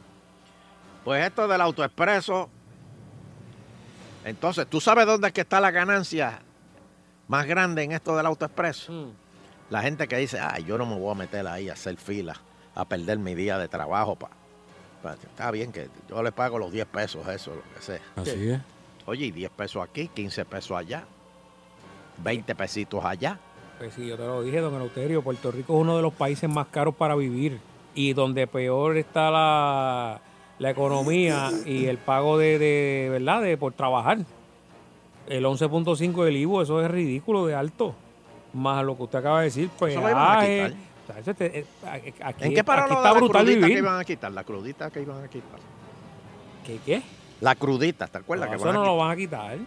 Pues esto del autoexpreso. Entonces, ¿tú sabes dónde es que está la ganancia más grande en esto del autoexpreso?
Mm.
La gente que dice, ay, yo no me voy a meter ahí a hacer fila, a perder mi día de trabajo. pa- pa- Está bien que yo le pago los 10 pesos, eso, lo que sea.
Así es.
Oye, y 10 pesos aquí, 15 pesos allá, 20 pesitos allá.
Pues sí, yo te lo dije, don Eleuterio, Puerto Rico es uno de los países más caros para vivir y donde peor está la, la economía y el pago de, de ¿verdad? De por trabajar. El 11.5 del IVU, eso es ridículo de alto. Más lo que usted acaba de decir, pues
Eso lo iban a quitar.
eh, Ah,
¿En qué paró lo de la crudita que iban a quitar? La crudita que iban a quitar.
¿Qué qué?
La crudita, ¿te acuerdas?
No,
que
eso
van a
no lo
quitar?
van a quitar.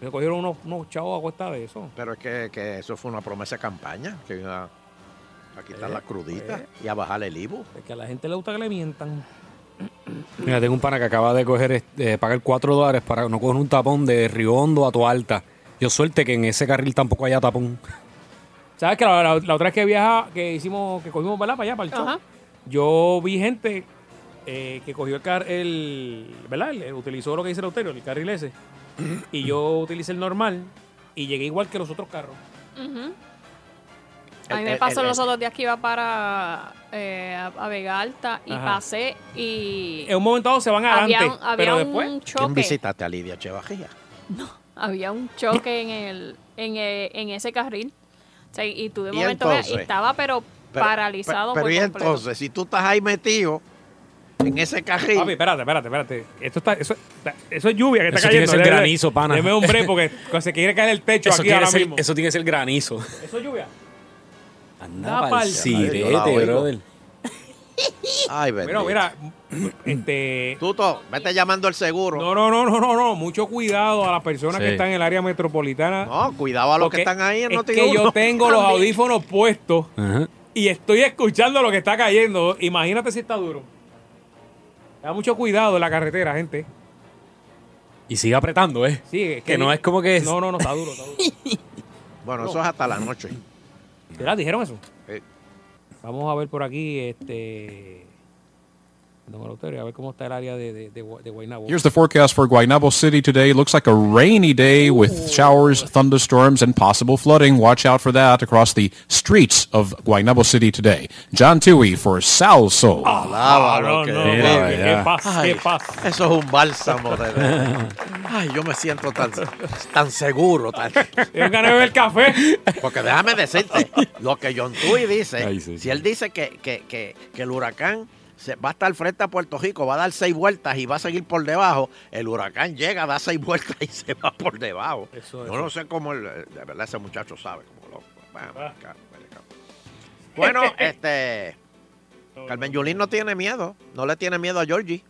Me cogieron unos, unos chavos a cuesta de eso.
Pero es que, que eso fue una promesa de campaña, que iba a quitar
Eh,
la crudita
eh.
y a bajar el IVU.
Es que a la gente le gusta que le mientan.
Mira, tengo un pana que acaba de coger, este, eh, pagar 4 dólares para no coger un tapón de Riondo a Toalta. Yo suerte que en ese carril tampoco haya tapón.
¿Sabes que la, la- la otra vez que viaja, que hicimos, que cogimos ¿verdad? para allá, para el show, yo vi gente eh, que cogió el car, el, ¿verdad? El- el- utilizó lo que dice el autero, el carril ese, y yo utilicé el normal y llegué igual que los otros carros.
Ujú. A mí
El-
me
el-
pasó
el-
los
el-
otros días que iba para eh, a- a Vega Alta y
Ajá.
pasé y
Eh, En un momento dado se van adelante,
Había un- había
pero
un
después
choque.
¿Quién visitaste a Lidia Chevajía?
había un choque en el en, el- en ese carril. O sea, y tú de
¿Y
momento veas,
entonces?
estaba pero,
Pero-
paralizado
Pero,
por
y
completo.
entonces, si tú estás ahí metido en ese carril.
Papi, espérate, espérate, espérate. Esto está, eso, está- eso es lluvia que está
Eso tiene
cayendo.
que ser
Deme-
granizo, pana.
Deme un break porque se quiere caer el techo aquí
Eso tiene,
ahora
ser,
mismo.
eso tiene que ser granizo.
Eso es lluvia.
Anda
Da
pa'l
pa'l
sirete,
Yo la oigo.
brother.
Ay, bendito.
Mira, mira, este...
Tuto, vete llamando al seguro.
No, no, no, no, no, no. Mucho cuidado a las personas
Sí.
que están en el área metropolitana.
No, cuidado a los que están ahí en
Es
Noti
que
uno.
yo tengo los audífonos puestos
Ajá.
y estoy escuchando lo que está cayendo. Imagínate si está duro. Da mucho cuidado en la carretera, gente.
Y sigue apretando, ¿eh?
Sí, es
que, no es como que es.
No, no, no, está duro, está duro.
Bueno,
No.
eso es hasta la noche.
¿Verdad? ¿Dijeron eso?
Sí.
Vamos a ver por aquí, este... Don Eleuterio, a ver cómo está el área de, de, de, Gua- de Guaynabo.
Here's the forecast for Guaynabo City today. Looks like a rainy day with showers, thunderstorms, and possible flooding. Watch out for that across the streets of Guaynabo City today. John Tui for Sal Soul.
Alábalo,
no,
que
no,
debe.
no, que qué paz,
Ay,
qué
Eso es un bálsamo de verdad. Ay, yo me siento tan, tan seguro. Tan...
Yo gané beber café.
Porque déjame decirte, lo que John Tui dice,
Ay, sí,
si él dice que, que, que, que el huracán se va a estar frente a Puerto Rico, va a dar seis vueltas y va a seguir por debajo, el huracán llega, da seis vueltas y se va por debajo.
Eso es.
Yo no sé cómo, el- de verdad, ese muchacho sabe. Como loco. Vamos, acá, vale, acá. Bueno, este... Carmen Yulín no tiene miedo, no le tiene miedo a Georgie.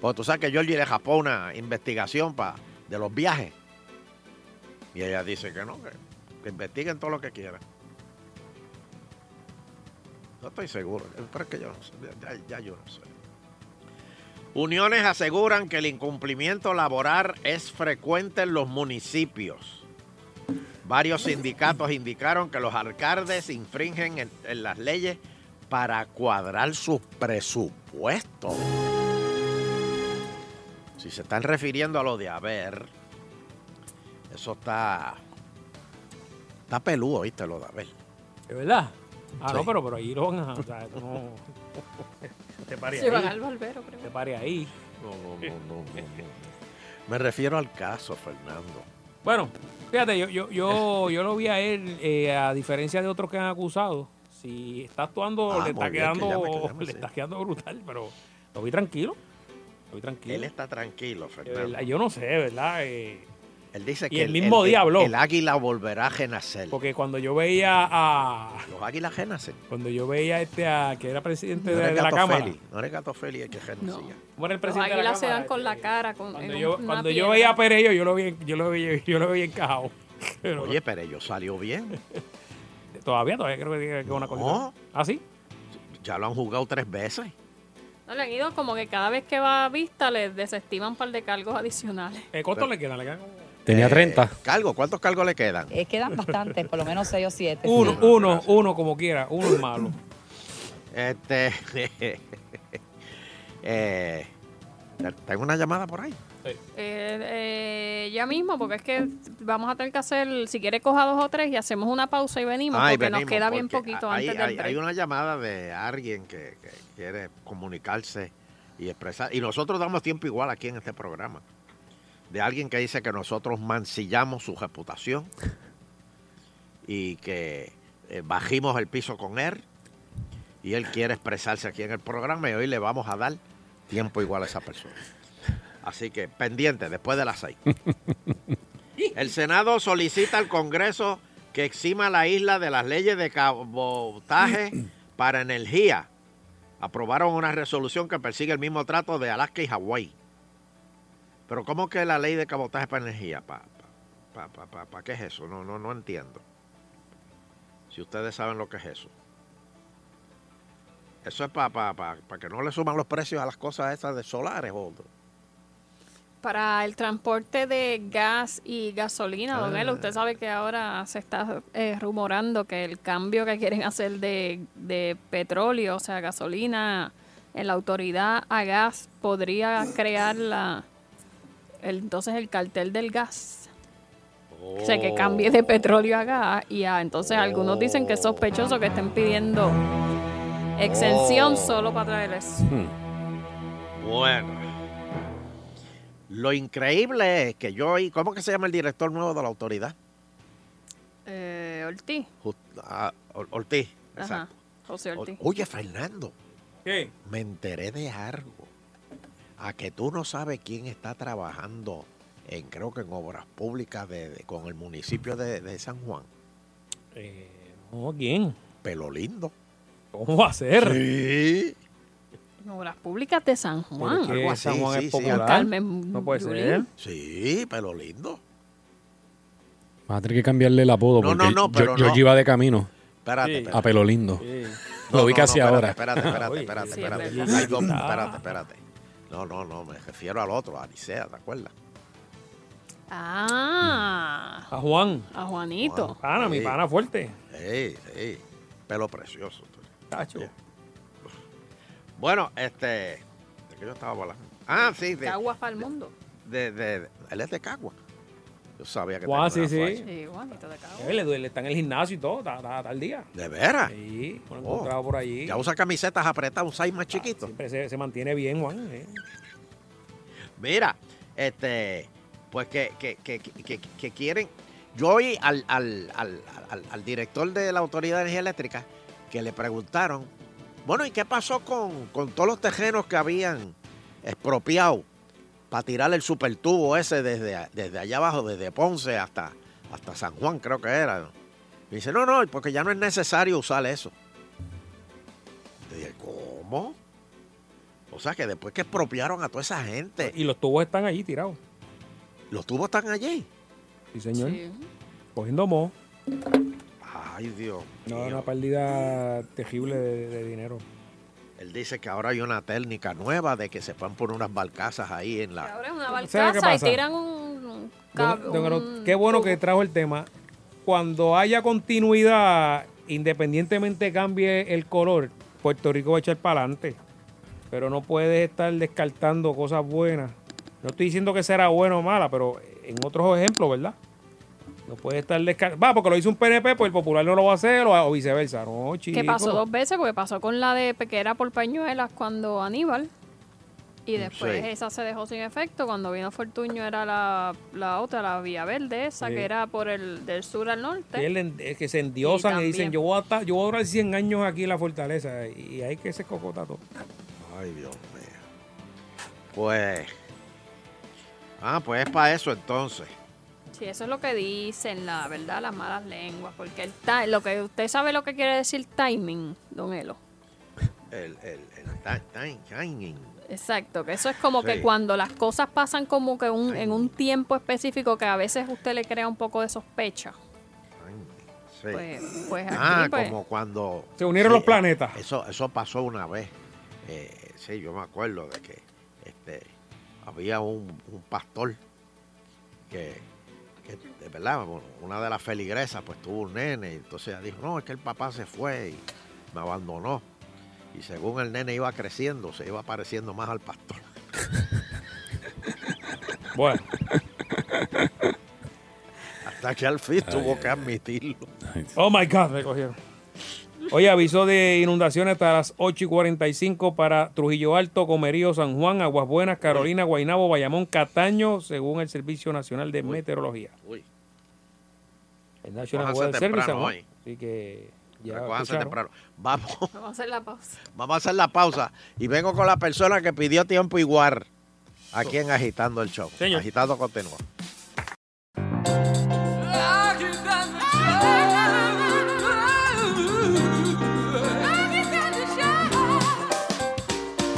Porque tú sabes que Georgie le japó una investigación pa- de los viajes. Y ella dice que no, que, que investiguen todo lo que quieran. No estoy seguro, pero es que yo no sé, ya, ya yo no sé. Uniones aseguran que el incumplimiento laboral es frecuente en los municipios. Varios sindicatos indicaron que los alcaldes infringen en- en las leyes para cuadrar sus presupuestos. Si se están refiriendo a lo de haber, eso está. Está peludo, ¿viste? Lo de haber.
¿Es verdad? Ah, no,
Sí.
pero, pero ahí lo van a... O sea, no... Te pare
Se
ahí.
van al barbero primero.
Te pare ahí.
No, no, no, no, no, no. Me refiero al caso, Fernando.
Bueno, fíjate, yo, yo, yo, yo lo vi a él, eh, a diferencia de otros que han acusado. Si está actuando,
Ah,
le está
muy bien, que
quedando,
llame, que llame,
le
sí.
está quedando brutal, pero lo vi tranquilo. Lo vi tranquilo.
Él está tranquilo,
De
Fernando.
verdad, yo no sé, de ¿verdad? Eh,
Él dice
y
que
el mismo día habló.
El águila volverá a renacer.
porque cuando yo veía a.
Los águilas renacen.
Cuando yo veía este a, que era presidente
No
de,
eres
de la
gato
Cámara.
Félix, No eres gato Félix el que renacía.
¿Cómo era
Los
el presidente de la
águilas se
Cámara? eh,
dan con la cara. Con,
Cuando yo, cuando yo veía a Perello, yo lo vi, yo lo vi, yo lo vi encajado. Pero
Oye, pero ellos salió bien.
todavía, todavía creo que es una cosa. ¿Ah, sí?
Ya lo han jugado tres veces.
No, le han ido como que cada vez que va a vista les desestiman un par de cargos adicionales.
¿Cuánto le quedan? ¿Le quedan como-
Tenía 30.
Cargo, Eh, ¿cuántos cargos le quedan?
Eh, quedan bastantes, por lo menos 6 o 7.
Uno, uno, uno como quiera, uno es malo.
Este. eh, tengo una llamada por ahí.
Eh, eh, ya mismo, porque es que vamos a tener que hacer, si quiere coja dos o tres y hacemos una pausa y venimos,
Ay,
porque nos
venimos,
queda bien
porque
poquito
hay,
antes del
hay-
break.
hay una llamada de alguien que, que quiere comunicarse y expresar. Y nosotros damos tiempo igual aquí en este programa. De alguien que dice que nosotros mancillamos su reputación y que eh, bajimos el piso con él y él quiere expresarse aquí en el programa y hoy le vamos a dar tiempo igual a esa persona. Así que pendiente, después de las seis. El Senado solicita al Congreso que exima a la isla de las leyes de cabotaje para energía. Aprobaron una resolución que persigue el mismo trato de Alaska y Hawái. Pero ¿cómo que la ley de cabotaje para energía? ¿Para pa, pa, pa, pa- qué es eso? No, no, no entiendo. Si ustedes saben lo que es eso. Eso es para que no le suman los precios a las cosas esas de solares o
Para el transporte de gas y gasolina, don
Ah.
Elo, usted sabe que ahora se está eh, rumorando que el cambio que quieren hacer de, de petróleo, o sea, gasolina, en la autoridad a gas, podría crear la el- entonces el cartel del gas. O sea, que cambie
Oh.
de petróleo a gas. Y a- entonces algunos dicen que es sospechoso que estén pidiendo exención
Oh.
solo para traer eso.
Bueno. Lo increíble es que yo oí, ¿cómo que se llama el director nuevo de la autoridad?
Eh, Ortiz.
Just- ah, Or- Ortiz.
Ajá. José
exacto.
Ortiz.
O- Oye, Fernando.
¿Qué?
Me enteré de algo. A que tú no sabes quién está trabajando en, creo que en obras públicas de, de- con el municipio de, de San Juan.
Eh, ¿O quién?
Pelo lindo.
¿Cómo va a ser?
Sí.
En Obras Públicas de San Juan.
Pero que San Juan es popular.
Carmen Yulín.
Sí, pelo lindo.
Vas a tener que cambiarle el apodo
No,
porque
no, no,
yo-
pero
yo,
no.
iba de camino.
Espérate,
Sí.
espérate.
A pelo lindo. Lo vi casi
espérate,
ahora.
Espérate, espérate, espérate,
Sí,
espérate.
es verdad.
Hay dos- espérate, espérate. No, no, no, me refiero al otro, a Arisea, ¿te acuerdas?
Ah,
A Juan.
a Juanito.
Pana, mi
Sí.
pana fuerte.
Sí, sí. Pelo precioso. tú. Sí. Bueno, este. ¿De qué yo estaba hablando? Ah, sí, de.
Caguas para el mundo.
de, de- de- él es de Cagua. Yo sabía que
Juan, sí,
tenía una
sí.
facha.
Juanito de Caguas.
Eh, Le duele, está en el gimnasio y todo, está, está- está al día.
¿De veras?
Sí, lo he
Oh.
encontrado por allí. Ah,
Ya usa camisetas apretadas, un size más chiquito.
Siempre se, se mantiene bien, Juan. eh.
Mira, este, pues que, que, que, que- que quieren. Yo oí al, al, al- al- al director de la Autoridad de Energía Eléctrica que le preguntaron, bueno, ¿y qué pasó con, con todos los terrenos que habían expropiado para tirar el supertubo ese desde, a- desde allá abajo, desde Ponce hasta, hasta San Juan, creo que era? ¿no? Y dice, no, no, porque ya no es necesario usar eso. Yo dije, ¿cómo? O sea que después que expropiaron a toda esa gente.
Y los tubos están allí tirados.
¿Los tubos están allí?
Sí, señor. Cogiendo mo.
Ay, Dios.
No,
mío.
una pérdida terrible de, de dinero.
Él dice que ahora hay una técnica nueva de que se pueden poner unas balcazas ahí en la.
Ahora es una
¿Sabe qué
barcaza y
pasa?
tiran un... cab-
Don- don Elo,
un-
qué bueno
oh.
que trajo el tema. Cuando haya continuidad, independientemente cambie el color, Puerto Rico va a echar para adelante. Pero no puedes estar descartando cosas buenas. No estoy diciendo que será bueno o mala, pero en otros ejemplos, ¿verdad? No puedes estar descartando. Va, porque lo hizo un PNP, pues el popular no lo va a hacer o, o viceversa. No,
que
chico.
pasó dos veces, porque pasó con la de Pequera por Pañuelas cuando Aníbal. Y después
Sí.
esa se dejó sin efecto. Cuando vino Fortuño era la, la otra, la Vía Verde, esa
Sí.
que era por el del sur al norte.
Pierden- es que se endiosan y,
Y
dicen,
también-
yo voy, a estar- yo voy a durar 100 años aquí en la fortaleza. Y hay que se cocota todo.
Ay, Dios mío. Pues. Ah, pues es para eso entonces.
Sí, eso es lo que dicen, la verdad, las malas lenguas. Porque el ti- lo que usted sabe lo que quiere decir timing, don Elo.
El, el, el ta- ta- timing.
Exacto, que eso es como
Sí.
que cuando las cosas pasan como que un, en un tiempo específico que a veces usted le crea un poco de sospecha.
Sí.
Pues, pues aquí,
ah,
pues.
como cuando. eh,
Se unieron los planetas.
Eso, eso pasó una vez. Eh, sí, yo me acuerdo de que este, había un, un pastor que, que, de verdad, bueno, una de las feligresas, pues tuvo un nene. Y entonces ella dijo, no, es que el papá se fue y me abandonó. Y según el nene iba creciendo, se iba pareciendo más al pastor.
Bueno.
Hasta que al fin tuvo que admitirlo.
Oh my God, me cogieron. Oye, aviso de inundaciones hasta las 8 y 45 para Trujillo Alto, Comerío, San Juan, Aguas Buenas, Carolina, Guaynabo, Bayamón, Cataño, según el Servicio Nacional de Meteorología.
Uy.
El National
Cójanse
Weather Service,
temprano
¿no?
hoy.
Así que
Las cosas se temprano. Vamos,
Vamos a hacer la pausa.
vamos a hacer la pausa y vengo con la persona que pidió tiempo igual aquí en Agitando el Show. Agitando continúa.
Agitando el show.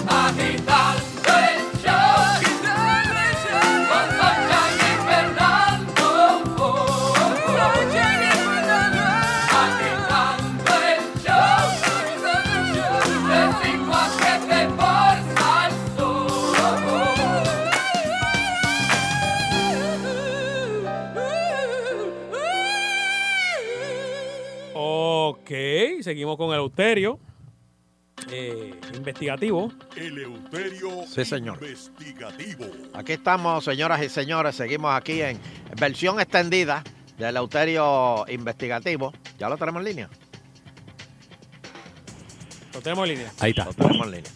Agitando el show. Con Sunshine y Fernando. Sunshine y Fernando. Agitando el show. De cinco a siete por Salsón.
Ok, seguimos con el Euterio. eh, investigativo.
Eleuterio
Sí, señor.
investigativo.
Aquí estamos, señoras y señores. Seguimos aquí en versión extendida del Euterio Investigativo. ¿Ya lo tenemos en línea?
Lo tenemos en línea.
Ahí está.
Lo tenemos en línea.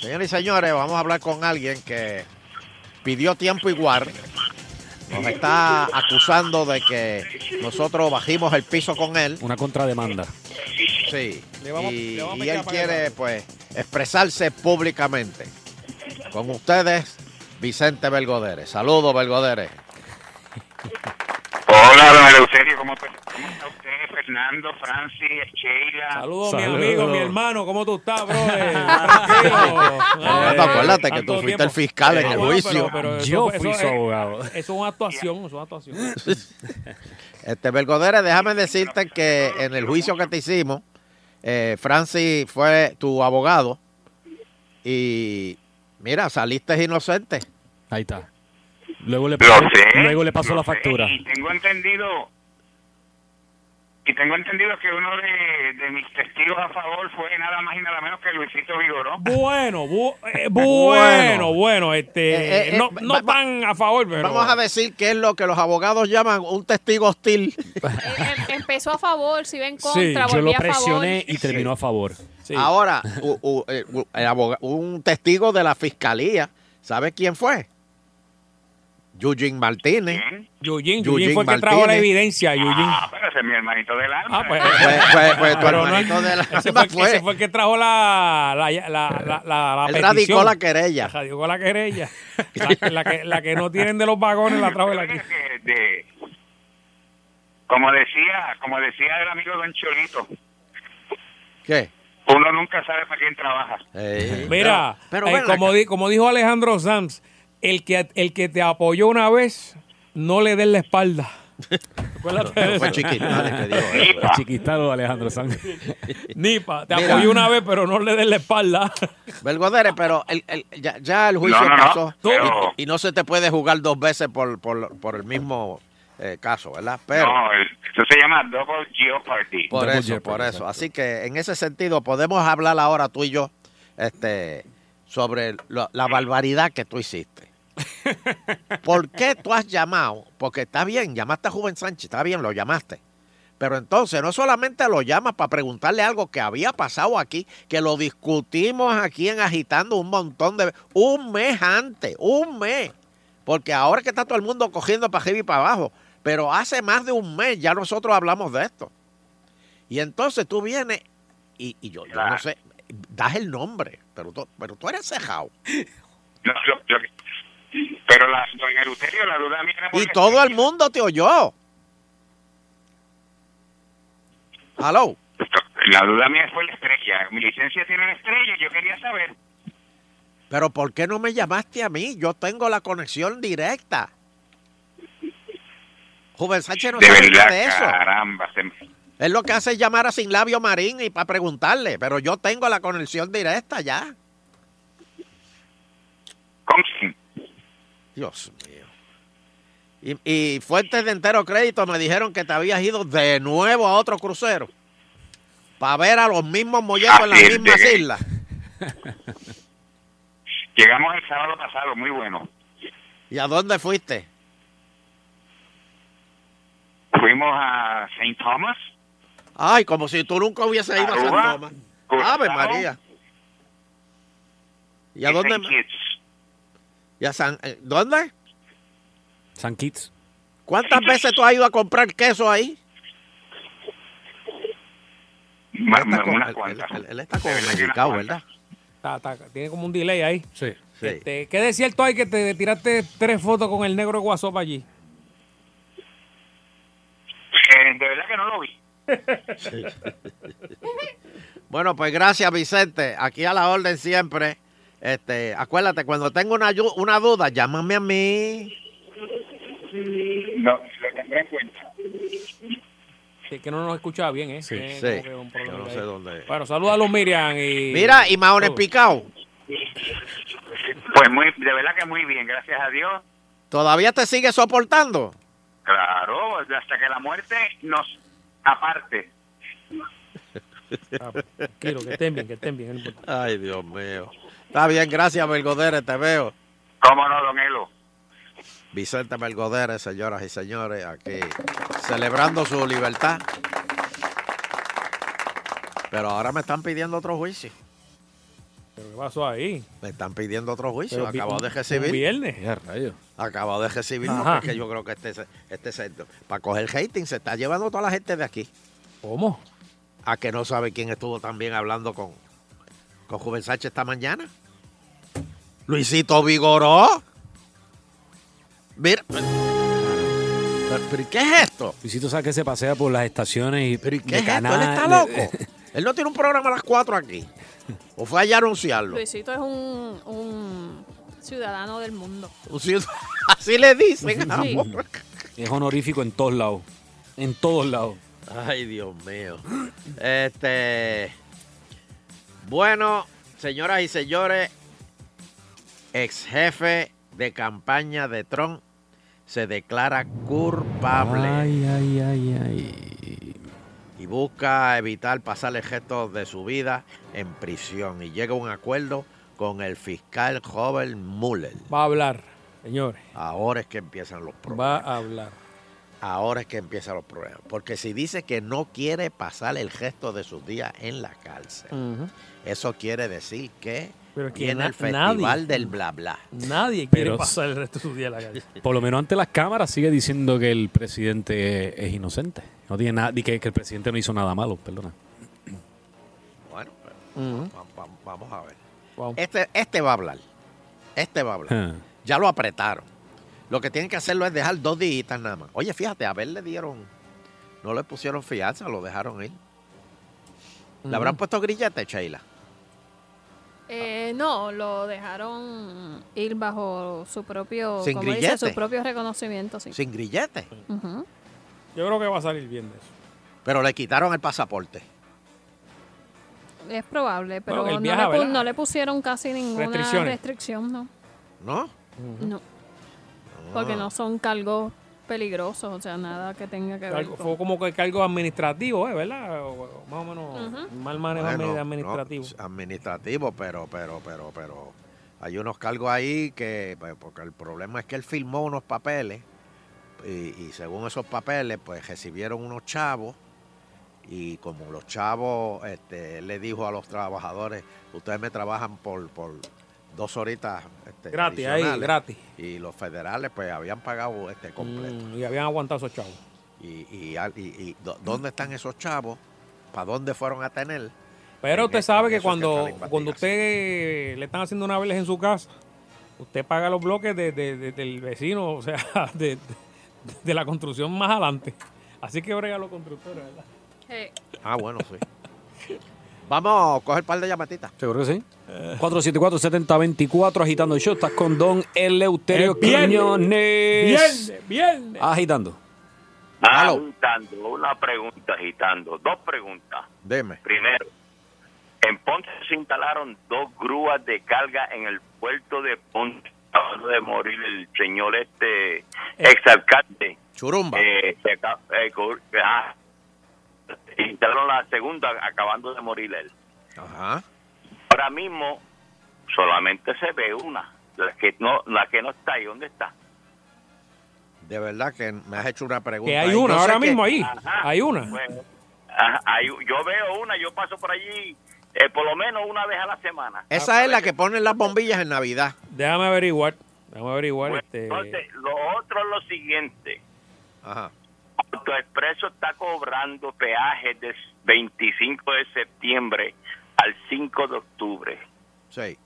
Señoras y señores, vamos a hablar con alguien que pidió tiempo igual. Nos está acusando de que nosotros bajimos el piso con él.
Una contrademanda.
Sí.
Le vamos-
y,
le vamos a
y
meter
él
la
quiere, pues, expresarse públicamente. Con ustedes, Vicente Belgodere. Saludos, Belgodere.
Hola, don Eleuterio, ¿cómo, te- cómo está usted? Fernando, Francis, Sheila.
Saludos, mi
Saludos.
amigo, mi hermano. ¿Cómo tú estás, bro?
Fernando, Eh, acuérdate que tú fuiste el fiscal en el juicio. Yo fui su abogado.
Eso es una actuación, eso es una actuación.
Este, Belgodere, déjame decirte que en el juicio que te hicimos, eh, Francis fue tu abogado y, mira, saliste inocente.
Ahí está. Luego le pasó,
sé,
luego le pasó
lo
la
sé, Eh,
factura.
Y tengo entendido y tengo entendido que uno de, de mis testigos a favor fue nada más y nada menos que Luisito Vigoró.
Bueno, bu- eh, bueno, bueno, este,
Eh, eh, eh,
no, no tan a favor, pero
Vamos a decir que es lo que los abogados llaman un testigo hostil.
Em- empezó a favor, si ven
Sí,
contra,
yo
volví
lo
a favor.
presioné.
Y terminó a favor.
Ahora, u- u- eh, u- el aboga- un testigo de la fiscalía, ¿sabe quién fue? Eugene Martínez.
Eugene,
Eugene
Eugene fue el que trajo la
Martínez.
evidencia, Eugene.
Ah, Pero ese es mi hermanito del alma.
Pues, pues, pues, tu
ah, eh, Pero no-
hermanito de la
ese, fue el, que- ese fue el que trajo la, la, la, la, la- la
Él
petición.
radicó la querella.
Radicó la querella. La, la que, la que no tienen de los vagones la trajo él aquí.
De- de- como decía, como decía el amigo Don Cholito,
¿Qué?
uno nunca sabe para quién trabaja.
Mira, eh, como, di- como dijo Alejandro Sanz, el que, el que te apoyó una vez, no le des la espalda. Acuérdate de eso.
Chiquitalo Alejandro Sánchez.
Nipa, te
Mira.
apoyó una vez, pero no le des la espalda.
Belgodere, pero el- el- ya, ya el juicio
No, no, no,
pasó
pero-
y, y no se te puede jugar dos veces por, por- por el mismo eh, caso, ¿verdad? Pero
No, el- eso se llama Double Geoparty.
por eso, por eso. Así que en ese sentido podemos hablar ahora tú y yo este, sobre lo- la barbaridad que tú hiciste. ¿Por qué tú has llamado? Porque está bien, llamaste a Juven Sánchez, está bien, lo llamaste. Pero entonces no solamente lo llamas para preguntarle algo que había pasado aquí, que lo discutimos aquí en Agitando un montón de... Un mes antes, un mes. Porque ahora que está todo el mundo cogiendo para arriba y para abajo. Pero hace más de un mes ya nosotros hablamos de esto. Y entonces tú vienes y, y yo, yo no sé, das el nombre, pero tú, pero tú eres cejado.
No, lo- lo que- pero la, don Eleuterio, la duda mía era
Y
porque-
todo el mundo te oyó. Hello.
La duda mía fue la estrella. Mi licencia tiene una estrella y yo quería saber.
Pero ¿por qué no me llamaste a mí? Yo tengo la conexión directa. Juven Sánchez no
de
sabe nada
verdad,
de eso.
caramba. se me-
Él lo que hace es llamar a Sin Labio Marín y para preguntarle, pero yo tengo la conexión directa ya. Dios mío. Y, y fuentes de entero crédito me dijeron que te habías ido de nuevo a otro crucero para ver a los mismos molletos en las
Así es,
mismas
llegué.
islas.
Llegamos el sábado pasado, muy bueno.
¿Y a dónde fuiste?
Fuimos a St. Thomas.
Ay, como si tú nunca hubieses ido a San
Aruba,
Tomás. Ave
Curazao,
María. ¿Y a dónde?
St.
más?
Kitts.
¿Y a San, eh, ¿Dónde?
San Kitts.
¿Cuántas veces tú has ido a comprar queso ahí?
Ma-
está
ma-
con-
unas
él-
cuantas.
él- él- él está
De
como
verdad que unas
medicado,
cuantas.
¿verdad?
Ta- ta- tiene como un delay ahí.
Sí.
Este, ¿Qué de cierto hay que te tiraste tres fotos con el negro Guasop allí?
Eh, de verdad que no lo vi.
Bueno, pues gracias, Vicente. Aquí a la orden siempre. Este, acuérdate, cuando tengo una, ayu- una duda, llámame a mí.
No, lo tendré en cuenta.
Sí, que no nos escuchaba bien, ¿eh? Tiene
sí.
como que un problema
Yo no
ahí.
sé dónde.
Bueno, saluda a los Miriam y...
Mira, y Mahones
Oh.
Picao,
Pues muy, de verdad que muy bien, gracias a Dios.
¿todavía te sigue soportando?
Claro, hasta que la muerte nos aparte.
Quiero Ah, pues, que estén bien, que estén bien. es lo importante.
Ay, Dios mío. Está bien, gracias, Belgodere, te veo.
¿Cómo no, don Elo?
Vicente Belgodere, señoras y señores, aquí celebrando su libertad. Pero ahora me están pidiendo otro juicio.
¿Pero qué pasó ahí?
Me están pidiendo otro juicio.
Pero vi-
Acabo de
un-
recibir.
un viernes.
Acabo de recibir.
Ajá.
porque es que yo creo que este, se- este centro. Para coger hating se está llevando toda la gente de aquí.
¿Cómo?
A que no sabe quién estuvo también hablando con, con Juven Sánchez esta mañana. Luisito Vigoró. Mira. ¿Pero, pero qué es esto?
Luisito sabe que se pasea por las estaciones y,
¿Qué es esto? Él está loco. Él no tiene un programa a las 4 aquí. O fue allá a anunciarlo.
Luisito es un, un ciudadano del mundo.
Un ciudad- Así le dicen.
Sí.
amor.
Es honorífico en todos lados. En todos lados.
Ay, Dios mío. Este. Bueno, señoras y señores, ex jefe de campaña de Trump se declara culpable
Ay, ay, ay, ay.
y busca evitar pasar el gesto de su vida en prisión y llega a un acuerdo con el fiscal joven Mueller.
Va a hablar, señores.
Ahora es que empiezan los
Va a hablar.
Ahora es que empiezan los problemas. Porque si dice que no quiere pasar el gesto de sus días en la cárcel,
Ujú.
eso quiere decir que
Pero es que
viene
na-
el festival
nadie-
del bla bla.
Nadie
Pero
quiere
s-
pasar el resto de su día en la calle.
Por lo menos ante las cámaras sigue diciendo que el presidente es- es inocente. No tiene nada, y que, que el presidente no hizo nada malo, perdona.
Bueno, pero
Ujú.
va- va- vamos a ver. Este, este va a hablar. Este va a hablar. Ya lo apretaron. Lo que tienen que hacerlo es dejar dos días nada más. Oye, fíjate, a ver, le dieron. No le pusieron fianza, lo dejaron ir. ¿Le habrán puesto grillete, Sheila?
Eh, no, lo dejaron ir bajo su propio,
Sin
como dice,
grillete.
su propio reconocimiento. Sí.
Sin grillete.
Ujú.
Yo creo que va a salir bien de eso.
Pero le quitaron el pasaporte.
Es probable, pero
Bueno, él
no,
viaja,
le pu-
¿verdad?
no le pusieron casi ninguna
Restricciones.
restricción, no.
¿No?
No,
Ah.
Ah.
porque no son cargos peligrosos, o sea, nada que tenga que ver
Algo-
con...
fue como que cargo administrativo, ¿eh? ¿verdad? O- o más o menos mal manejo
Bueno, no,
administrativo.
administrativo, pero, pero, pero, pero. Hay unos cargos ahí que. pues, Porque el problema es que él firmó unos papeles. Y, y según esos papeles, pues recibieron unos chavos. Y como los chavos, este, él le dijo a los trabajadores: Ustedes me trabajan por, por dos horitas. este,
Gratis, ahí,
adicionales".
gratis.
Y los federales, pues habían pagado este completo.
Mm, y habían aguantado esos chavos.
Y, y, al- y- y do- ¿Dónde están esos chavos? ¿Para dónde fueron a tener?
Pero
En
usted
eso-
sabe
en
que
eso es que
cuando,
está la
cuando usted le están haciendo una vela en su casa, usted paga los bloques de- de- de- del vecino, o sea, de, de- de la construcción más adelante. Así que brega los constructores, ¿verdad?
Ah, bueno, sí. Vamos a coger un par de llamatitas. Eh.
Seguro que sí. 474-7024, agitando el show. Estás con Don Eleuterio
viernes.
Quiñones.
Viernes, viernes.
Agitando.
Agitando, una pregunta, agitando, dos preguntas.
Deme.
Primero, en Ponce se instalaron dos grúas de carga en el puerto de Ponce, acabando de morir el señor este exalcalde.
Churumba.
Eh, se acaba- eh, cor- ah, instalaron la segunda, acabando de morir él.
Ajá.
Ahora mismo solamente se ve una, la que no, la que no está ahí, ¿dónde está?
De verdad que me has hecho una pregunta.
Que hay
ahí. Yo
una
sé
ahora
que-
mismo ahí.
Ajá.
Hay una.
Bueno, ajá, hay- yo veo una, yo paso por allí eh, por lo menos una vez a la semana.
Esa es la que ponen las bombillas en Navidad.
Déjame averiguar. Déjame averiguar. este,
Entonces, lo otro es lo siguiente.
Ajá.
AutoExpreso está cobrando peajes del 25 de septiembre al 5 de octubre.
Sí,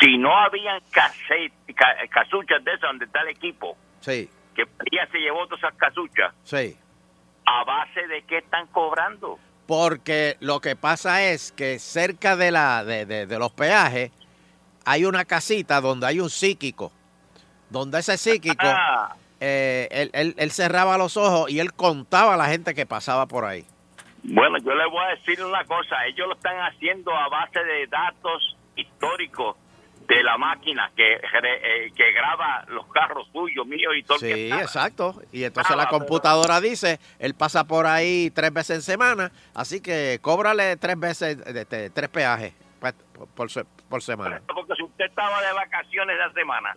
Si no habían case- ca- casuchas de esas donde está el equipo,
sí,
que María se llevó todas esas casuchas,
sí.
¿a base de qué están cobrando?
Porque lo que pasa es que cerca de, la, de, de- de los peajes hay una casita donde hay un psíquico. Donde ese psíquico,
Ah.
eh, él, él- él cerraba los ojos y él contaba a la gente que pasaba por ahí.
Bueno, yo les voy a decir una cosa, ellos lo están haciendo a base de datos históricos de la máquina que, re- eh, que graba los carros suyos, míos y todo. el que
Sí,
está.
exacto. Y entonces la
Nada, pero-
computadora dice, él pasa por ahí tres veces en semana, así que cóbrale tres veces, este, tres peajes pues, por, por se- por semana.
Porque si usted estaba de vacaciones la semana,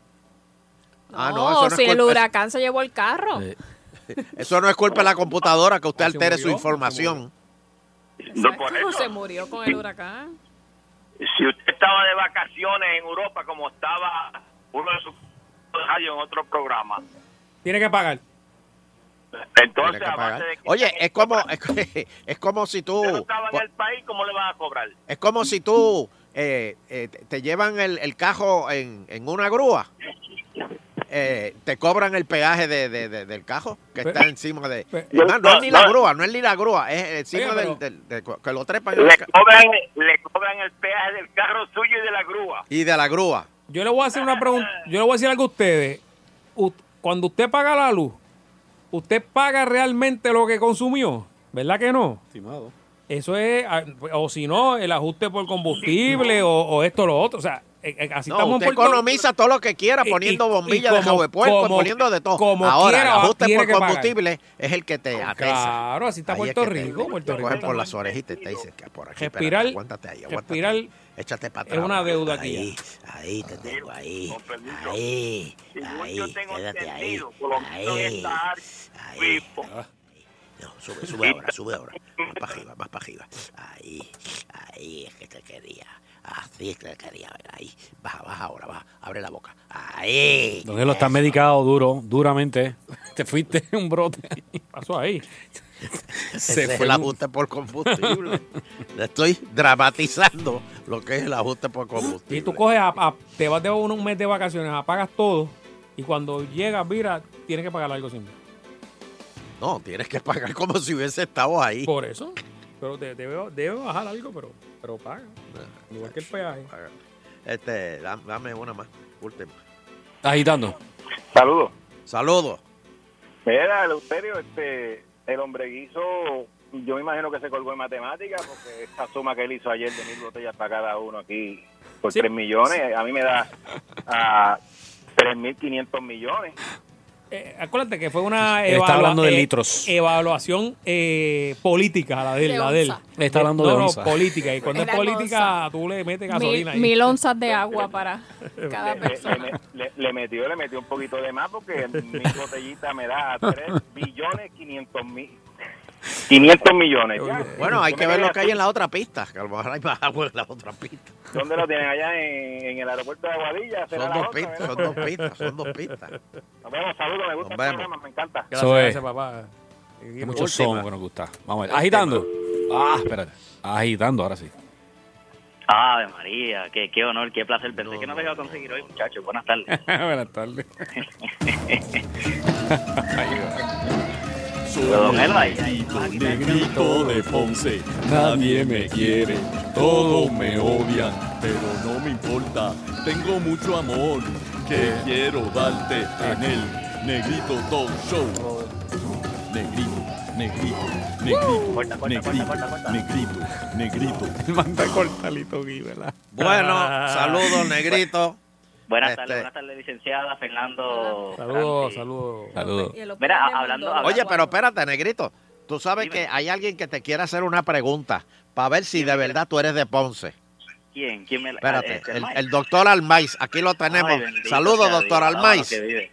Ah,
No,
eso no,
Oh, si
es
el
culpa,
huracán se llevó el carro.
eso no es culpa de la computadora que usted
Ah, se
altere su
murió,
información.
no por
¿Cómo
eso.
se murió con el huracán?
Si usted estaba de vacaciones en Europa, como estaba uno de sus radio en otro programa,
Tiene que pagar.
entonces
Tiene que
a base
pagar.
de que
Oye, es como, es, es como si tú...
estaba en el país, ¿cómo le van a cobrar?
Es como si tú eh, eh, te- te llevan el, el cajo en, en una grúa. Eh, te cobran el peaje de, de- de- del cajo que está encima de... Además, no es ni la grúa, no es ni la grúa, es encima
Oye,
del, del- de- que lo trepan en el
Le
ca-
cobran, le cobran el peaje del carro suyo y de la grúa.
y de la grúa.
Yo le voy a hacer una pregunta, yo le voy a decir algo a ustedes. U- Cuando usted paga la luz, ¿usted paga realmente lo que consumió? ¿Verdad que no?
Estimado.
Eso es, ah, o si no, el ajuste por combustible o, o esto o lo otro. O sea, eh, eh, así
No,
estamos
usted
en Puerto-
economiza todo lo que quiera
Y-
poniendo
y- y
bombillas de
como-
jabón de puerco,
como-
poniendo de todo.
como
Ahora,
quiera,
el ajuste
tiene
por
que pagar. Oh,
combustible es el que te atesa.
Claro, así está
Ahí es
Puerto
que te-
Rico,
te
Puerto Rico
cogen por
está-
las orejitas y te dicen que por aquí, espérate,
Respirar-
aguántate ahí, aguántate.
respirar
ahí. Échate para
es
atrás.
una deuda aquí
Ahí,
ya.
ahí te tengo, ahí, ahí, ahí, quédate ahí, ahí, ahí. Ah. No, sube, sube ahora, sube ahora. Más para arriba, más para arriba. Ahí, ahí es que te quería. Así es que te quería. Ahí, baja, baja ahora, baja. Abre la boca. Ahí.
Don Elo está medicado duro, duramente. Te fuiste un brote.
Pasó ahí.
Ese es el ajuste por combustible. Le estoy dramatizando lo que es el ajuste por combustible.
Y tú coges, a- a- te vas de un, un mes de vacaciones, apagas todo y cuando llegas, mira, tienes que pagar algo siempre.
No, tienes que pagar como si hubiese estado ahí.
Por eso. Pero te, debe, debe bajar algo, pero, pero paga. Igual que el peaje.
Este, dam- dame una más, última.
Agitando.
Saludos. Saludos.
Mira, Eleuterio, este, el hombre guiso, yo me imagino que se colgó en matemáticas, porque esta suma que él hizo ayer de mil botellas para cada uno aquí por
Sí.
tres millones, a mí me da a tres mil quinientos millones.
Eh, acuérdate que fue una
Él está hablando de
eh,
litros.
evaluación eh, política, la de él.
De
la de él.
onza.
Él está hablando
No,
de
no,
onza.
política. Y cuando es
Era
política, tú le metes gasolina.
Mil,
ahí.
mil onzas de agua para cada
Le, le-
persona.
le, le- le metió, le metió un poquito de más, porque mi botellita me da tres billones quinientos mil. 500 millones. ya.
Bueno, hay
Yo
que
me
ver lo
quedé
que hay en la otra pista, que a lo mejor hay más agua en la otra pista.
¿Dónde lo tienen? Allá en, en el aeropuerto de Aguadilla. será
Son
la
dos
otra,
pistas,
¿verdad?
son dos pistas, son dos pistas.
Nos vemos, saludos, me gusta
Nos
el
vemos.
programa, me encanta.
Eso es.
Gracias, papá.
Hay muchos
Última.
son que nos gusta. Vamos a ver. Agitando. Ah, espérate. Agitando, ahora sí.
Ave María, qué, qué honor, qué placer. Pensé que no lo iba a conseguir hoy, muchachos. Buenas tardes.
Buenas tardes.
Pero, don Elo, ahí- ahí
Negrito, negrito de Ponce, nadie me quiere, todos me odian, pero no me importa, tengo mucho amor que quiero darte en el Negrito Talk Show. Negrito, negrito, negrito, negrito, negrito, negrito.
Manda cortalito aquí, ¿verdad?
Bueno, saludos, negrito.
Buenas
Este-
tardes, buenas tardes, licenciada Fernando.
Saludos, saludos.
Saludos.
Mira, hablando, hablando-
Oye, pero espérate, negrito. Tú sabes que hay alguien que te quiere hacer una pregunta para ver si de verdad tú eres de Ponce.
¿Quién? ¿Quién me la-
Espérate,
este,
el,
Mike?
el doctor Almaiz, aquí lo tenemos.
Ay, bendito
Saludos,
sea
doctor
Dios, alabado
Almaiz.
que vive.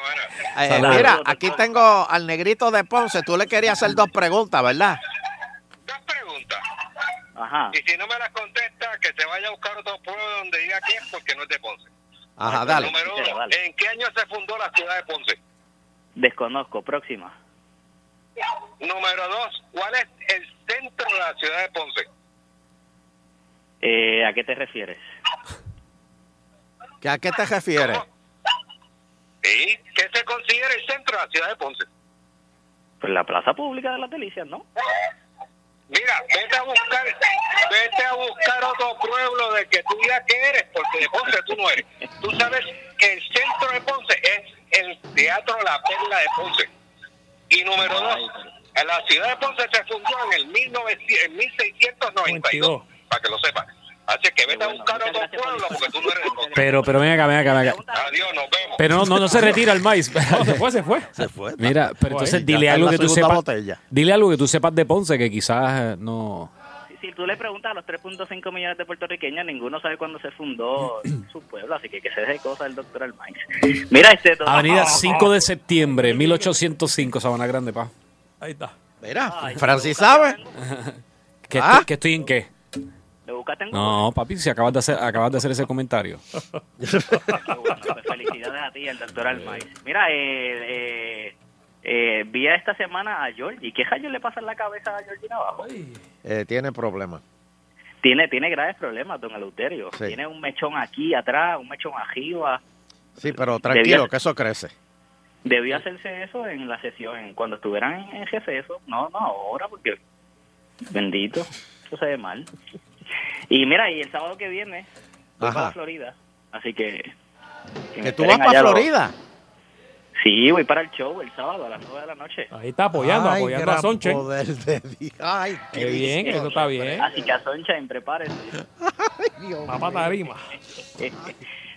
Eh,
Saludos,
mira,
doctor.
aquí tengo al negrito de Ponce. Tú le querías hacer dos preguntas, ¿verdad?
Ajá.
Ajá, dale.
Número uno,
¿En qué año se fundó la ciudad de Ponce?
Desconozco. Próxima.
Número dos, ¿cuál es el centro de la ciudad de Ponce?
Eh, ¿A qué te refieres?
¿A qué te refieres?
¿Sí? ¿Qué se considera el centro de la ciudad de Ponce?
Pues la plaza pública de las delicias, ¿no?
Mira, vete a buscar, vete a buscar otro pueblo de que tú digas que eres, porque de Ponce tú no eres. Tú sabes que el centro de Ponce es el Teatro La Perla de Ponce. Y número dos, la ciudad de Ponce se fundó en el 1900 en 1692, para que lo sepas. Así que vete a buscar otro pueblo, porque tú no eres de Ponce.
Pero, pero ven acá, ven acá, ven acá.
Adiós, nos vemos.
Pero no, no, no se retira el maíz.
se fue, se fue.
Se fue.
Mira, pero entonces
Ahí,
dile
ya está
algo
en la
que tú
segunda
sepas.
botella.
Dile algo que tú sepas de Ponce que quizás eh, no.
Si tú le preguntas a los 3.5 millones de puertorriqueños, ninguno sabe cuándo se fundó su pueblo, así que que se deje cosas el doctor Almain. Mira este...
Avenida 5 de septiembre, 1805, Sabana Grande, pa.
Ahí está.
Mira, Francis sabe.
¿Que,
Ah.
estoy, que estoy en qué? No, papi, si acabas de hacer, acabas de hacer ese comentario.
Pues felicidades a ti y al doctor Almais. Mira, eh, eh, eh, vi a esta semana a Georgie. ¿Qué rayos le pasa en la cabeza a Georgie Navajo?
Eh, tiene problemas.
Tiene, tiene graves problemas, don Eleuterio.
Sí.
Tiene un mechón aquí atrás, un mechón arriba.
Sí, pero
Debía-
tranquilo, que eso crece.
Debió hacerse eso en la sesión, en- cuando estuvieran en, en receso. No, no ahora, porque bendito, eso se ve mal. Y mira, y el sábado que viene, voy
Ajá.
para Florida. Así que... me
Que tú vas
esperen
para
allá los-
Florida.
Sí, voy para el show el sábado a las 9 de la noche.
Ahí está apoyando,
Ay,
apoyando
gran
a Sonche.
poder de Dios. Ay,
Qué bien, que eso está bien.
Así que a Sunshine, prepárese.
Papá tarima.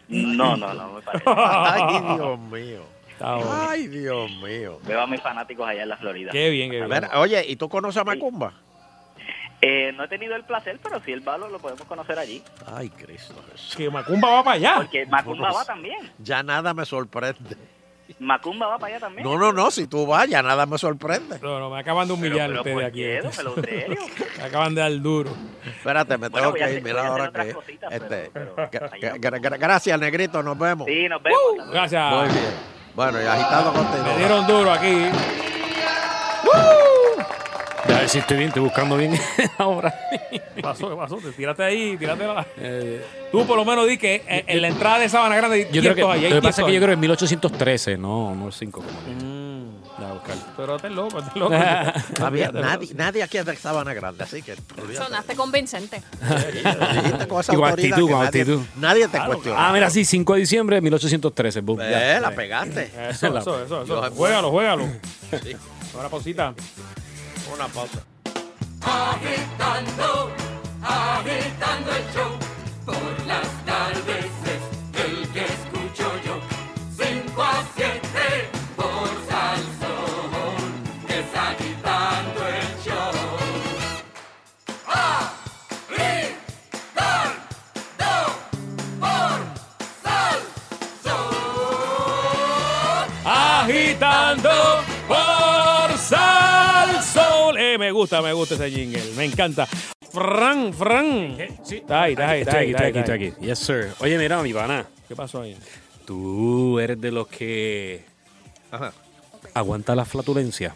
No, no, no, me parece.
Ay, Dios mío.
Está bueno.
Ay, Dios mío.
Veo a mis fanáticos allá en la Florida.
Qué bien, qué
A
bien.
ver, oye, ¿y tú conoces a Macumba?
Eh, no he tenido el placer, pero sí el valor lo podemos conocer allí.
Ay, Cristo Jesús.
Que Macumba va para allá.
Porque Macumba va también.
Ya nada me sorprende.
Macumba va para allá también.
No, no, no, si tú vas, ya nada me sorprende.
No, no, me acaban de humillar
pero
ustedes
¿por
aquí.
qué, don Eleuterio?
Me acaban de dar duro.
Espérate, me
Bueno,
tengo
voy a
que
hacer-
ir.
voy a
Mira
hacer
ahora
otras
que.
cositas,
este,
pero-
gra- gra- gra- gra- gracias, negrito, nos vemos.
Sí, nos
Uh.
vemos.
Gracias.
Muy bien. Bueno, y agitado
Me
contigo.
dieron duro aquí.
A ver si estoy bien, estoy buscando bien ahora.
Pasó, pasó. Te tírate ahí, tírate la...
Eh,
Tú por lo menos di que eh, en la entrada de Sabana Grande. di
yo creo que,
quietos ahí, hay
lo que pasa
quietos
es que yo
ahí.
creo que en 1813, no, no 5. Como dije.
Mm.
Déjame buscar.
Pero te loco, te loco.
Había- nadie, nadie aquí es de Sabana Grande, así que. olvídate.
Sonaste convincente.
Dijiste con esa
Y con
autoridad
actitud,
que
con
nadie-
actitud.
Nadie te cuestiona.
Ah, mira, sí, 5 de diciembre de 1813. boom, ya.
Eh, la pegaste.
Eso, eso, eso, eso.
Dios,
Juégalo, juégalo.
Sí.
Ahora pausita.
Una pausa.
Agitando, agitando el show. Por las tardes es el que escucho yo. 5 a 7 por Salsón. Es agitando el show. Agitando por Salsón.
Agitando por Salsol. Eh, me gusta, me gusta ese jingle. Me encanta. Fran, Fran. Está ahí, está ahí, está ahí.
Estoy aquí,
está
estoy
ahí,
aquí,
está
estoy
ahí.
aquí. Yes, sir. Oye, mira, mi pana.
¿Qué pasó ahí?
Tú eres de los que
Ajá.
aguanta la flatulencia.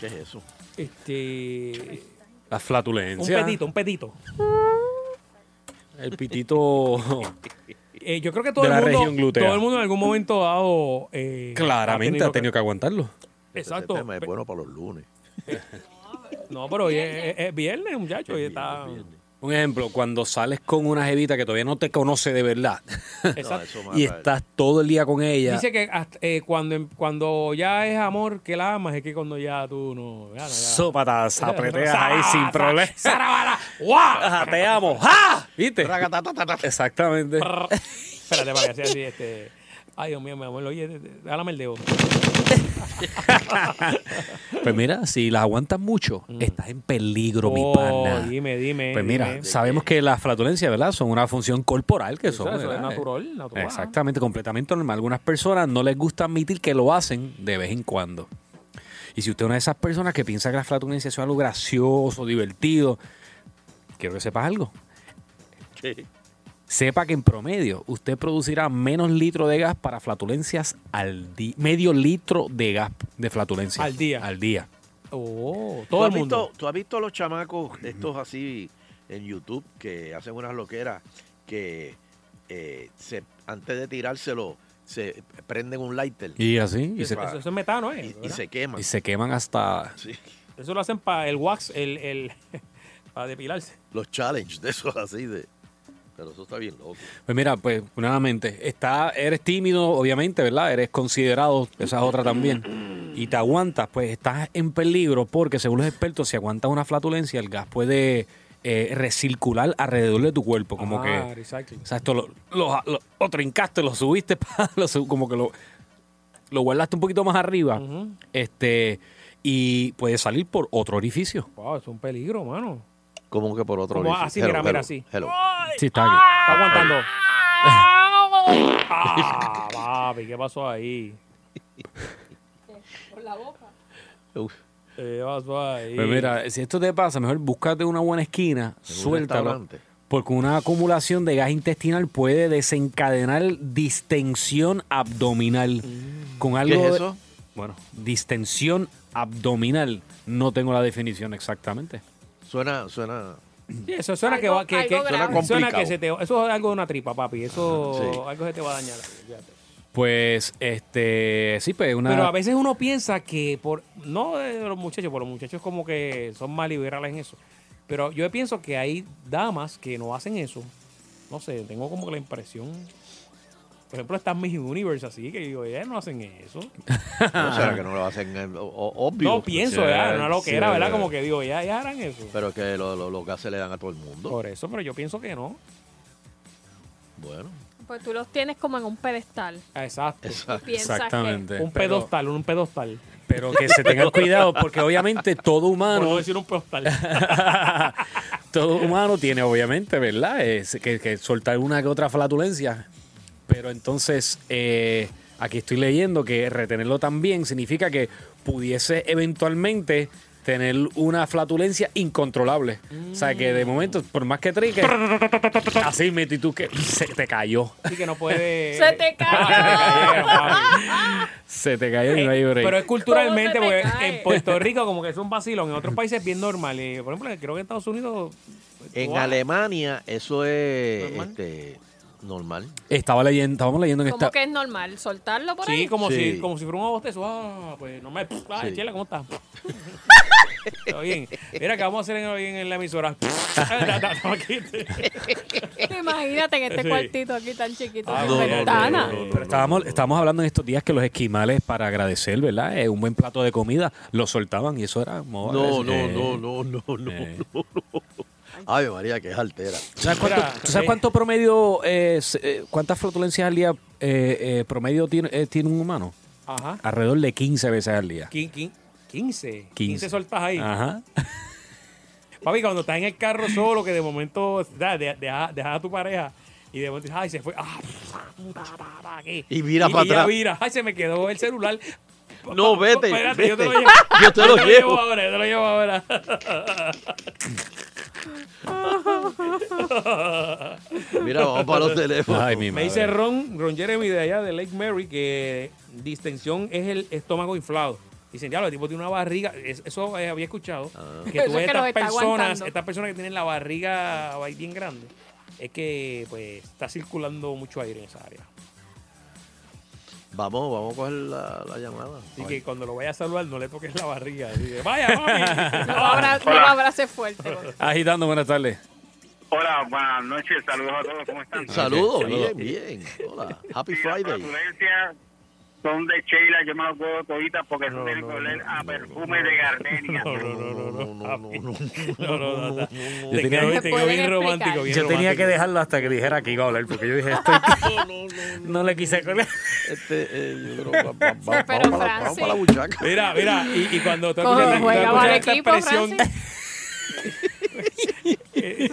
¿Qué es eso?
Este.
La
Un
flatulencia.
pedito, un pedito.
El pitito.
Eh, yo creo que todo
De
el
la
mundo.
región glútea.
Todo el mundo en algún momento dado. eh,
Claramente ha tenido que aguantarlo.
Exacto.
Este tema es bueno para los lunes.
No, pero hoy es, es- es viernes, muchacho. Hoy está.
Un ejemplo, cuando sales con una jevita que todavía no te conoce de verdad
Exacto.
Eso
y
mata-
estás todo el día con ella,
Dice que hasta, eh, cuando, cuando ya es amor que la amas, es que cuando ya tú no. ya no, ya.
sópatas, apreteas
Sa-
ahí sin
sa-
problema.
sarabara. ¡Guau!
Ajá, Te amo. ¡Ja! ¿Viste?
Ragatatatata.
Exactamente.
Espérate, para que sea así, este. Ay, Dios mío, mi amor, oye, de- de- jálame el dedo.
Pues mira, si las aguantas mucho, estás en peligro, mi
Mm. Oh,
pana.
dime, dime.
Pues mira,
dime.
sabemos que las flatulencias, ¿verdad? Son una función corporal que
Eso,
son.
eso es
¿verdad? Eh,
natural, natural.
Exactamente, completamente normal. Algunas personas no les gusta admitir que lo hacen de vez en cuando. Y si usted es una de esas personas que piensa que la flatulencia es algo gracioso, divertido, quiero que sepas algo. sepa que en promedio usted producirá menos litro de gas para flatulencias al día, medio litro de gas de flatulencia.
Al día.
Al día.
Oh,
¿Tú
todo el
has
mundo.
Visto, ¿Tú has visto los chamacos estos así en YouTube que hacen unas loqueras que eh, se, antes de tirárselo se prenden un lighter?
Y así, y
Eso-
se,
eso-
Eso es metano, ¿eh?
y se queman.
y se queman hasta...
Eso lo hacen para el wax, el, el para depilarse.
Los challenge de esos así de... Pero eso está bien loco.
Pues mira, pues nuevamente, está, eres tímido, obviamente, ¿verdad? Eres considerado, esa es otra también. Y te aguantas, pues estás en peligro porque según los expertos, si aguantas una flatulencia, el gas puede eh, recircular alrededor de tu cuerpo, como
Ah,
que...
recycling.
O sea, esto lo, lo, lo- lo trincaste, lo subiste, pa, lo sub- como que lo, lo guardaste un poquito más arriba. Este, y puede salir por otro orificio.
Wow, es un peligro, mano.
Como que por otro
Como
orificio.
así,
Hello,
mira,
hello,
mira, así.
hello.
Sí, está aquí.
Está aguantando. ah, papi, ¿qué pasó ahí?
Por la boca.
¿Qué pasó ahí?
Pues mira, si esto te pasa, mejor búscate una buena esquina, suéltalo.
restaurante.
Porque una acumulación de gas intestinal puede desencadenar distensión abdominal.
Mm.
Con algo
¿Qué es
de-
eso?
bueno, distensión abdominal. No tengo la definición exactamente.
Suena, suena.
Sí, eso suena que, va, que,
Algo-
que,
algo
suena
grave.
suena que se te Eso es algo de una tripa, papi. Eso
Ajá, sí.
algo se te va a dañar.
Pues, este, sí, pues una...
Pero a veces uno piensa que por no de los muchachos, por los muchachos como que son más liberales en eso. Pero yo pienso que hay damas que no hacen eso. No sé, tengo como que la impresión. Por ejemplo, están Miss Universe así que digo, ellas no hacen eso.
Ah.
No será que no lo hacen eh, o- o- obvio.
No pienso,
Sí,
¿verdad? Una loquera,
sí,
¿verdad? Como que digo, ya, ya harán eso.
Pero es que lo- lo- los gases le dan a todo el mundo.
Por eso, pero yo pienso que no.
Bueno.
Pues tú los tienes como en un pedestal.
Exacto.
piensas que-
Exactamente.
Un
Pero-
pedostal, un pedostal.
Pero que se tengan cuidado, porque obviamente todo humano...
Por no decir un pedostal.
todo humano tiene, obviamente, ¿verdad? Es que, que soltar una que otra flatulencia. Pero entonces, eh, aquí estoy leyendo que retenerlo también significa que pudiese eventualmente tener una flatulencia incontrolable. O sea, que
Mm.
de momento, por más que triques, así meto y tú que se te cayó.
Así que no puede.
Se te cayó.
Se te cayó y no hay break.
Pero es culturalmente,
¿Cómo se
porque
te cae?
en Puerto Rico como que es un vacilón, en otros países es bien normal. Y, por ejemplo, creo que en Estados Unidos...
En
wow.
Alemania eso es este, normal.
Estaba leyendo, estábamos leyendo en
Como
esta...
que es normal soltarlo por ahí.
Sí, como,
Sí.
Si, como si fuera un bostezo. Ah, pues normal. Ah,
Sí.
Chela, ¿cómo estás? Está bien. Mira, ¿qué vamos a hacer en- hoy en, en la emisora?
Imagínate en este
Sí.
cuartito aquí tan chiquito.
Ah,
sin
no, no, no,
ventana.
no, no, no, Pero estábamos, estábamos hablando en estos días que los esquimales, para agradecer, ¿verdad? Eh, un buen plato de comida, lo soltaban y eso era. Eh, No,
No, no, no, no, no, no, no, no. Ay, María, que es altera.
¿Sabes cuánto, Eh. tú
eh.
sabes cuánto promedio, eh, se- eh, cuántas flotulencias al día eh, eh, promedio tiene, eh, tiene un humano?
Ajá.
Alrededor de 15 veces al día.
Quin- quin- 15.
15.
15 soltas ahí.
Ajá.
Papi, cuando estás en el carro solo, que de momento da, de- deja, deja a tu pareja y de momento dices, ay, se fue. Ah, puta, pa, pa, aquí.
Y vira para
ella
atrás.
Vira. Ay, se me quedó el celular. Pa,
No,
pa,
vete,
Espérate, yo te lo
vete.
llevo.
Yo te lo llevo.
ahora, yo te lo llevo ahora.
Mira, vamos para los teléfonos. Ay, mi
Me
madre.
dice Ron, Ron Jeremy de allá de Lake Mary que distensión es el estómago inflado. Dicen, ya, el tipo tiene una barriga. Es- Eso eh, había escuchado. Que
Ah.
Eso
tú
es
ves
que los
estas
está
personas,
aguantando.
estas personas que tienen la barriga ahí bien grande, es que pues está circulando mucho aire en esa área.
Vamos, vamos a coger la, la llamada.
Así que cuando lo vayas a saludar, no le toques la barriga. Así que, vaya, mami.
No lo abra- no lo abrace fuerte.
Agitando, buenas tardes.
Hola, buenas noches, saludos a todos, ¿cómo están?
Saludos, bien, bien. Hola, Happy Friday.
flatulencias son de Sheila, yo me las puedo toditas porque eso tiene que oler a perfume de gardenia. No, no,
no, no, no, no,
no, no, no.
Yo
Te
tenía-
quedó-
Te
te quedó
pueden
bien romántico. bien
Yo tenía que
romántico.
dejarlo hasta que dijera que iba a hablar, porque yo dije, estoy. No le quise colgar.
Este, eh, yo creo va- va- va- vamos
Pero
para la- vamos
Francis.
para la buchaca.
Mira, mira, y, y cuando tú
Cojo,
escuchas tú
juega
escuchas
mal
esta
equipo,
expresión-
Oye,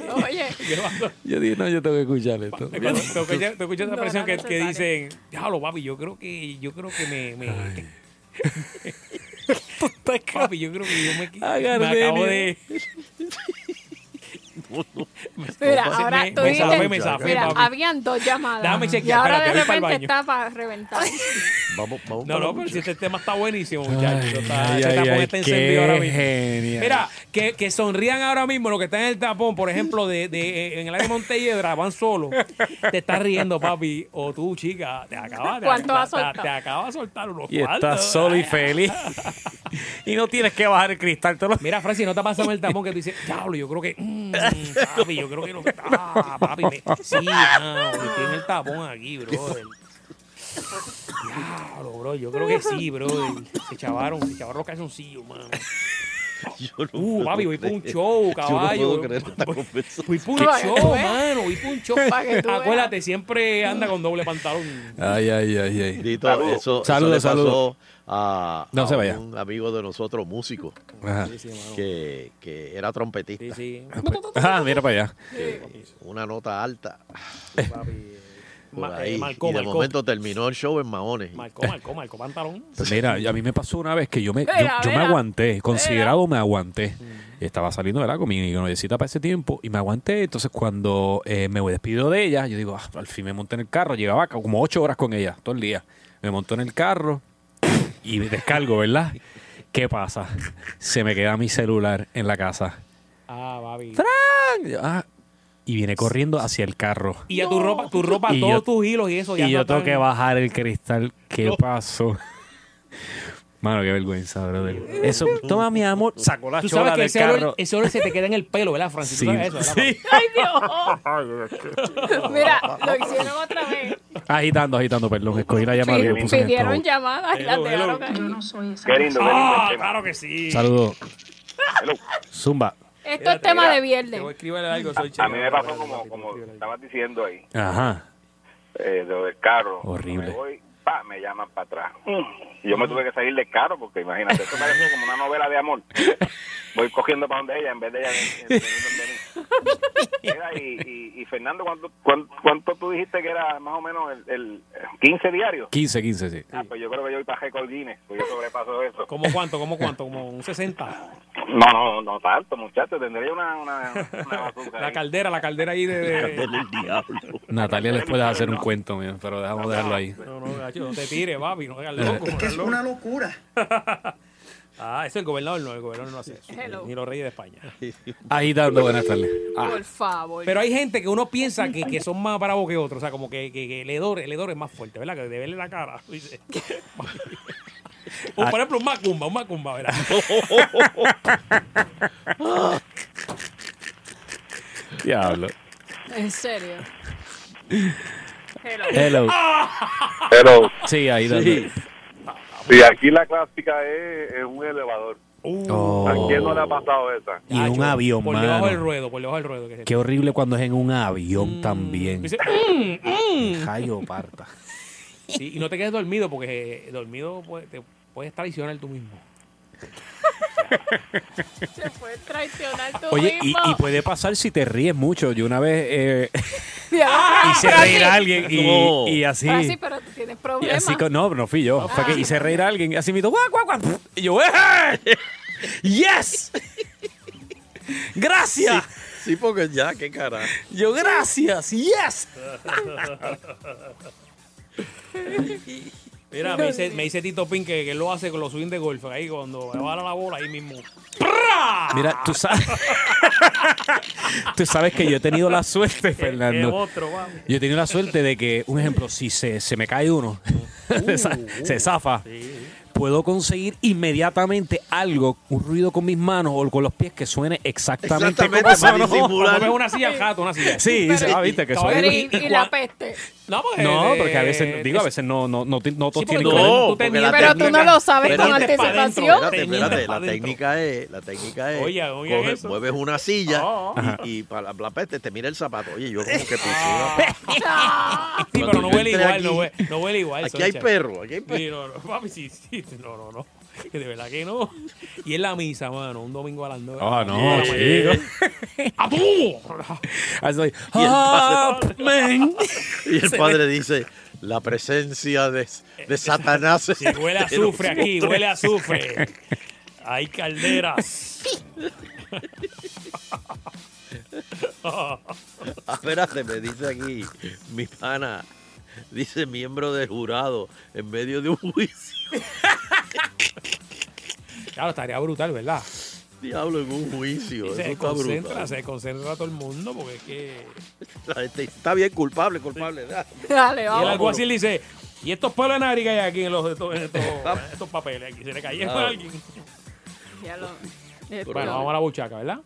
Yo dije, no, yo tengo que escuchar esto.
Cuando te escuchas, te escuchas esa
No
expresión
era
que, que
necesario.
dicen, déjalo, papi, yo creo que, yo creo que me, me- papi, yo creo que yo me, me
Gardenia.
acabo de
mira,
me-
ahora,
zafé,
Tú
me
dices-
zafé, me zafé,
Mira,
papi.
habían dos llamadas.
Déjame
y
chequear,
ahora de
espérate, voy pa'l
repente
baño.
está para reventar.
Vamos, vamos.
No, no, pero si este tema está buenísimo, muchachos. Eso Está,
ay,
ese
ay,
tapón
ay,
está
qué
encendido ahora mismo.
genial.
Mira, que, que sonrían ahora mismo los que están en el tapón, por ejemplo, de, de- en el área de Montelledra, van solos. Te estás riendo, papi. O tú, chica, te acabas de
¿Cuánto has
te-
soltado?
te acabas de soltar unos
Y
cuartos.
estás solo y feliz. y no tienes que bajar el cristal. te lo-
Mira, Francis, ¿no te ha pasado en el tapón que tú dices, diablo, yo creo que, mm, papi, yo creo que no, ah, papi, me, sí, ah, estoy en el tapón aquí, brother. Diablo, bro, yo creo que sí, bro. Se chavaron, se chavaron los calzoncillos, mano. uh, papi, voy para un show, caballo. Voy para
Para
un
que tú
show,
veas.
mano, voy para un show.
Para que tú veas.
Acuérdate, siempre anda con doble pantalón.
Ay, ay, ay, ay.
Dito,
Saludos.
eso,
Saludos,
eso le
saludos.
pasó a,
No
a
se vaya.
un amigo de nosotros, músico,
Ajá.
que, que era trompetista.
Ah, mira para allá.
Que Una nota alta. Por
Ma- eh,
ahí.
marcó,
y de
marcó.
momento terminó el show en Mahones.
Marcó, marcó, marcó pantalón.
Pues mira, a mí me pasó una vez que yo me, yo,
Era,
yo me
era,
aguanté, considerado me aguanté.
Mm.
Estaba saliendo, ¿verdad? Con mi noviecita para ese tiempo y me aguanté. Entonces, cuando eh, me despido de ella, yo digo, "Ah, al fin me monté en el carro. Llevaba como ocho horas con ella todo el día. Me montó en el carro y me descargo, ¿verdad? ¿Qué pasa? Se me queda mi celular en la casa.
Ah, papi.
¡Tran! Ah, y viene corriendo hacia el carro.
Y ya tu ropa, tu ropa,
Y
todos
yo-
tus hilos y eso. ya
Y yo
no
tengo
están-
que bajar el cristal. ¿Qué pasó? Mano, qué vergüenza, brother. Eso, toma mi amor, sacó la
Tú
chola
sabes que
del
ese olor,
carro.
ese olor se te queda en el pelo, ¿verdad, Francis?
Sí,
¿Tú sabes eso, ¿verdad,
sí.
papi?
Mira, lo hicieron otra vez.
Agitando, agitando, perdón. Escogí la llamada y le puse en el
Pidieron
pro.
llamadas y las
Hello,
dejaron
hello.
ahí.
Qué lindo, qué lindo el
Ah,
tema. claro que sí.
Saludos. Zumba.
Esto es tema de viernes.
A, a mí me pasó como, como estabas diciendo ahí,
Ajá.
eh, lo del carro.
Horrible.
Me voy, pa, me llaman para atrás. Mm. Y yo me tuve que salir del carro porque imagínate, eso parecía como una novela de amor. Voy cogiendo para donde ella en vez de ella venir donde mí. Mira, y, y, y Fernando, ¿cuánto, cuán- cuánto tú dijiste que era más o menos el, el 15 diario?
15, 15, sí.
Ah, pues yo creo que yo voy para Record Guinness, pues yo sobrepaso eso.
¿Cómo cuánto? ¿Cómo cuánto? Como un 60.
No, no, no tanto, muchachos. Tendría una, una, una bazooka
La
ahí.
caldera, la caldera ahí de. de-
Natalia les puede hacer un cuento, mira, pero dejamos dejarlo ahí.
No, no, gacho, no te tires, papi, no hagas loco. no
Es que
hagas
es
loco.
una
locura.
Ah, eso el gobernador no, el gobernador no hace eso.
Hello.
Ni los reyes de España.
Agitando, buenas tardes.
Ah.
Por favor.
Pero hay gente que uno piensa que, que son más bravos que otros, o sea, como que, que, que el, hedor, el hedor es más fuerte, ¿verdad? Que de verle la cara. tú dices, O, por ejemplo, un macumba, un macumba, ¿verdad?
Diablo.
En serio. Hello.
Hello. Ah,
Hello.
Sí, Agitando.
Sí. Sí, aquí la clásica es, es un elevador.
Oh.
¿A quién no le ha pasado esa?
Y un avión,
Uh. por debajo del
mano.
ruedo, por debajo del ruedo. Que se-
Qué horrible cuando es en un avión también.
Dice, "Mm, mm".
Jayo parta.
Sí, y no te quedes dormido porque eh, dormido pues, te puedes traicionar tú mismo.
Se fue traicionar tú
Oye, y,
mismo.
y puede pasar si te ríes mucho. Yo una vez eh,
Ya,
hice
Francis.
reír a alguien y,
No.
y así.
Francis, pero tú tienes
y
problemas.
así co- no, no fui yo. Fue que hice reír a alguien y así me dijo, guau, guau, guau. Y yo, ¡eh! ¡Yes! ¡Gracias!
Sí, porque ya, qué cara.
Yo, gracias, yes.
Mira, me dice, me dice Tito Pin que, que él lo hace con los swings de golf. Ahí cuando me va a dar la bola, ahí mismo.
Mira, tú sabes. tú sabes que yo he tenido la suerte,
El
Fernando.
otro, vamos.
Yo he tenido la suerte de que, un ejemplo, si se, se me cae uno, sa- se zafa, puedo conseguir inmediatamente algo, un ruido con mis manos o con los pies que suene exactamente,
Exactamente,
como
para
sonó.
disimular. Como que es una silla al jato, una silla.
Sí,
Pero-
dice, ah, viste que
Pero
suena.
Y, y la peste.
No, porque,
No,
eh,
porque a veces, digo, a veces no, no, no, ti- no todos tienen que ver.
tú tenías- Pero tú no lo sabes con
Espérate,
anticipación.
Espérate, espérate, la
Tenías pa'
técnica es, la técnica es,
Oye, oigan
coge-
eso.
mueves una silla
Oh.
y-
Ajá.
y, para la- la peste te mira el zapato. Oye, yo como que pisé una-
Ah. Sí, pero no
Cuando
huele
yo entré
igual,
aquí-
no huele, no huele igual.
Aquí hay
Soncha.
perro, aquí hay perro.
Sí, no, no, papi, sí, sí, no, no, no. Que De verdad que no. Y es la misa, mano, un domingo a las nueve.
Ah, no, chico.
¡A
Así,
Y el
ah,
padre-
men.
Y el padre dice, la presencia de,
Eh,
de Satanás.
Se huele a
entre
azufre aquí,
nosotros".
huele a azufre. Hay calderas.
Ah, Espérate, me dice aquí mi pana, dice miembro del jurado en medio de un juicio.
Claro, estaría brutal, ¿verdad?
Diablo, en un juicio.
Y
Eso
se
está
concentra,
brutal.
se concentra todo el mundo porque es que.
La gente está bien culpable, culpable.
y el alguacil dice: ¿Y estos pelos de nariz que hay aquí en, los, estos, en estos- en estos papeles? Aquí se le cayeron
Claro.
a alguien.
Ya lo- esto-
Bueno, vamos a la buchaca, ¿verdad?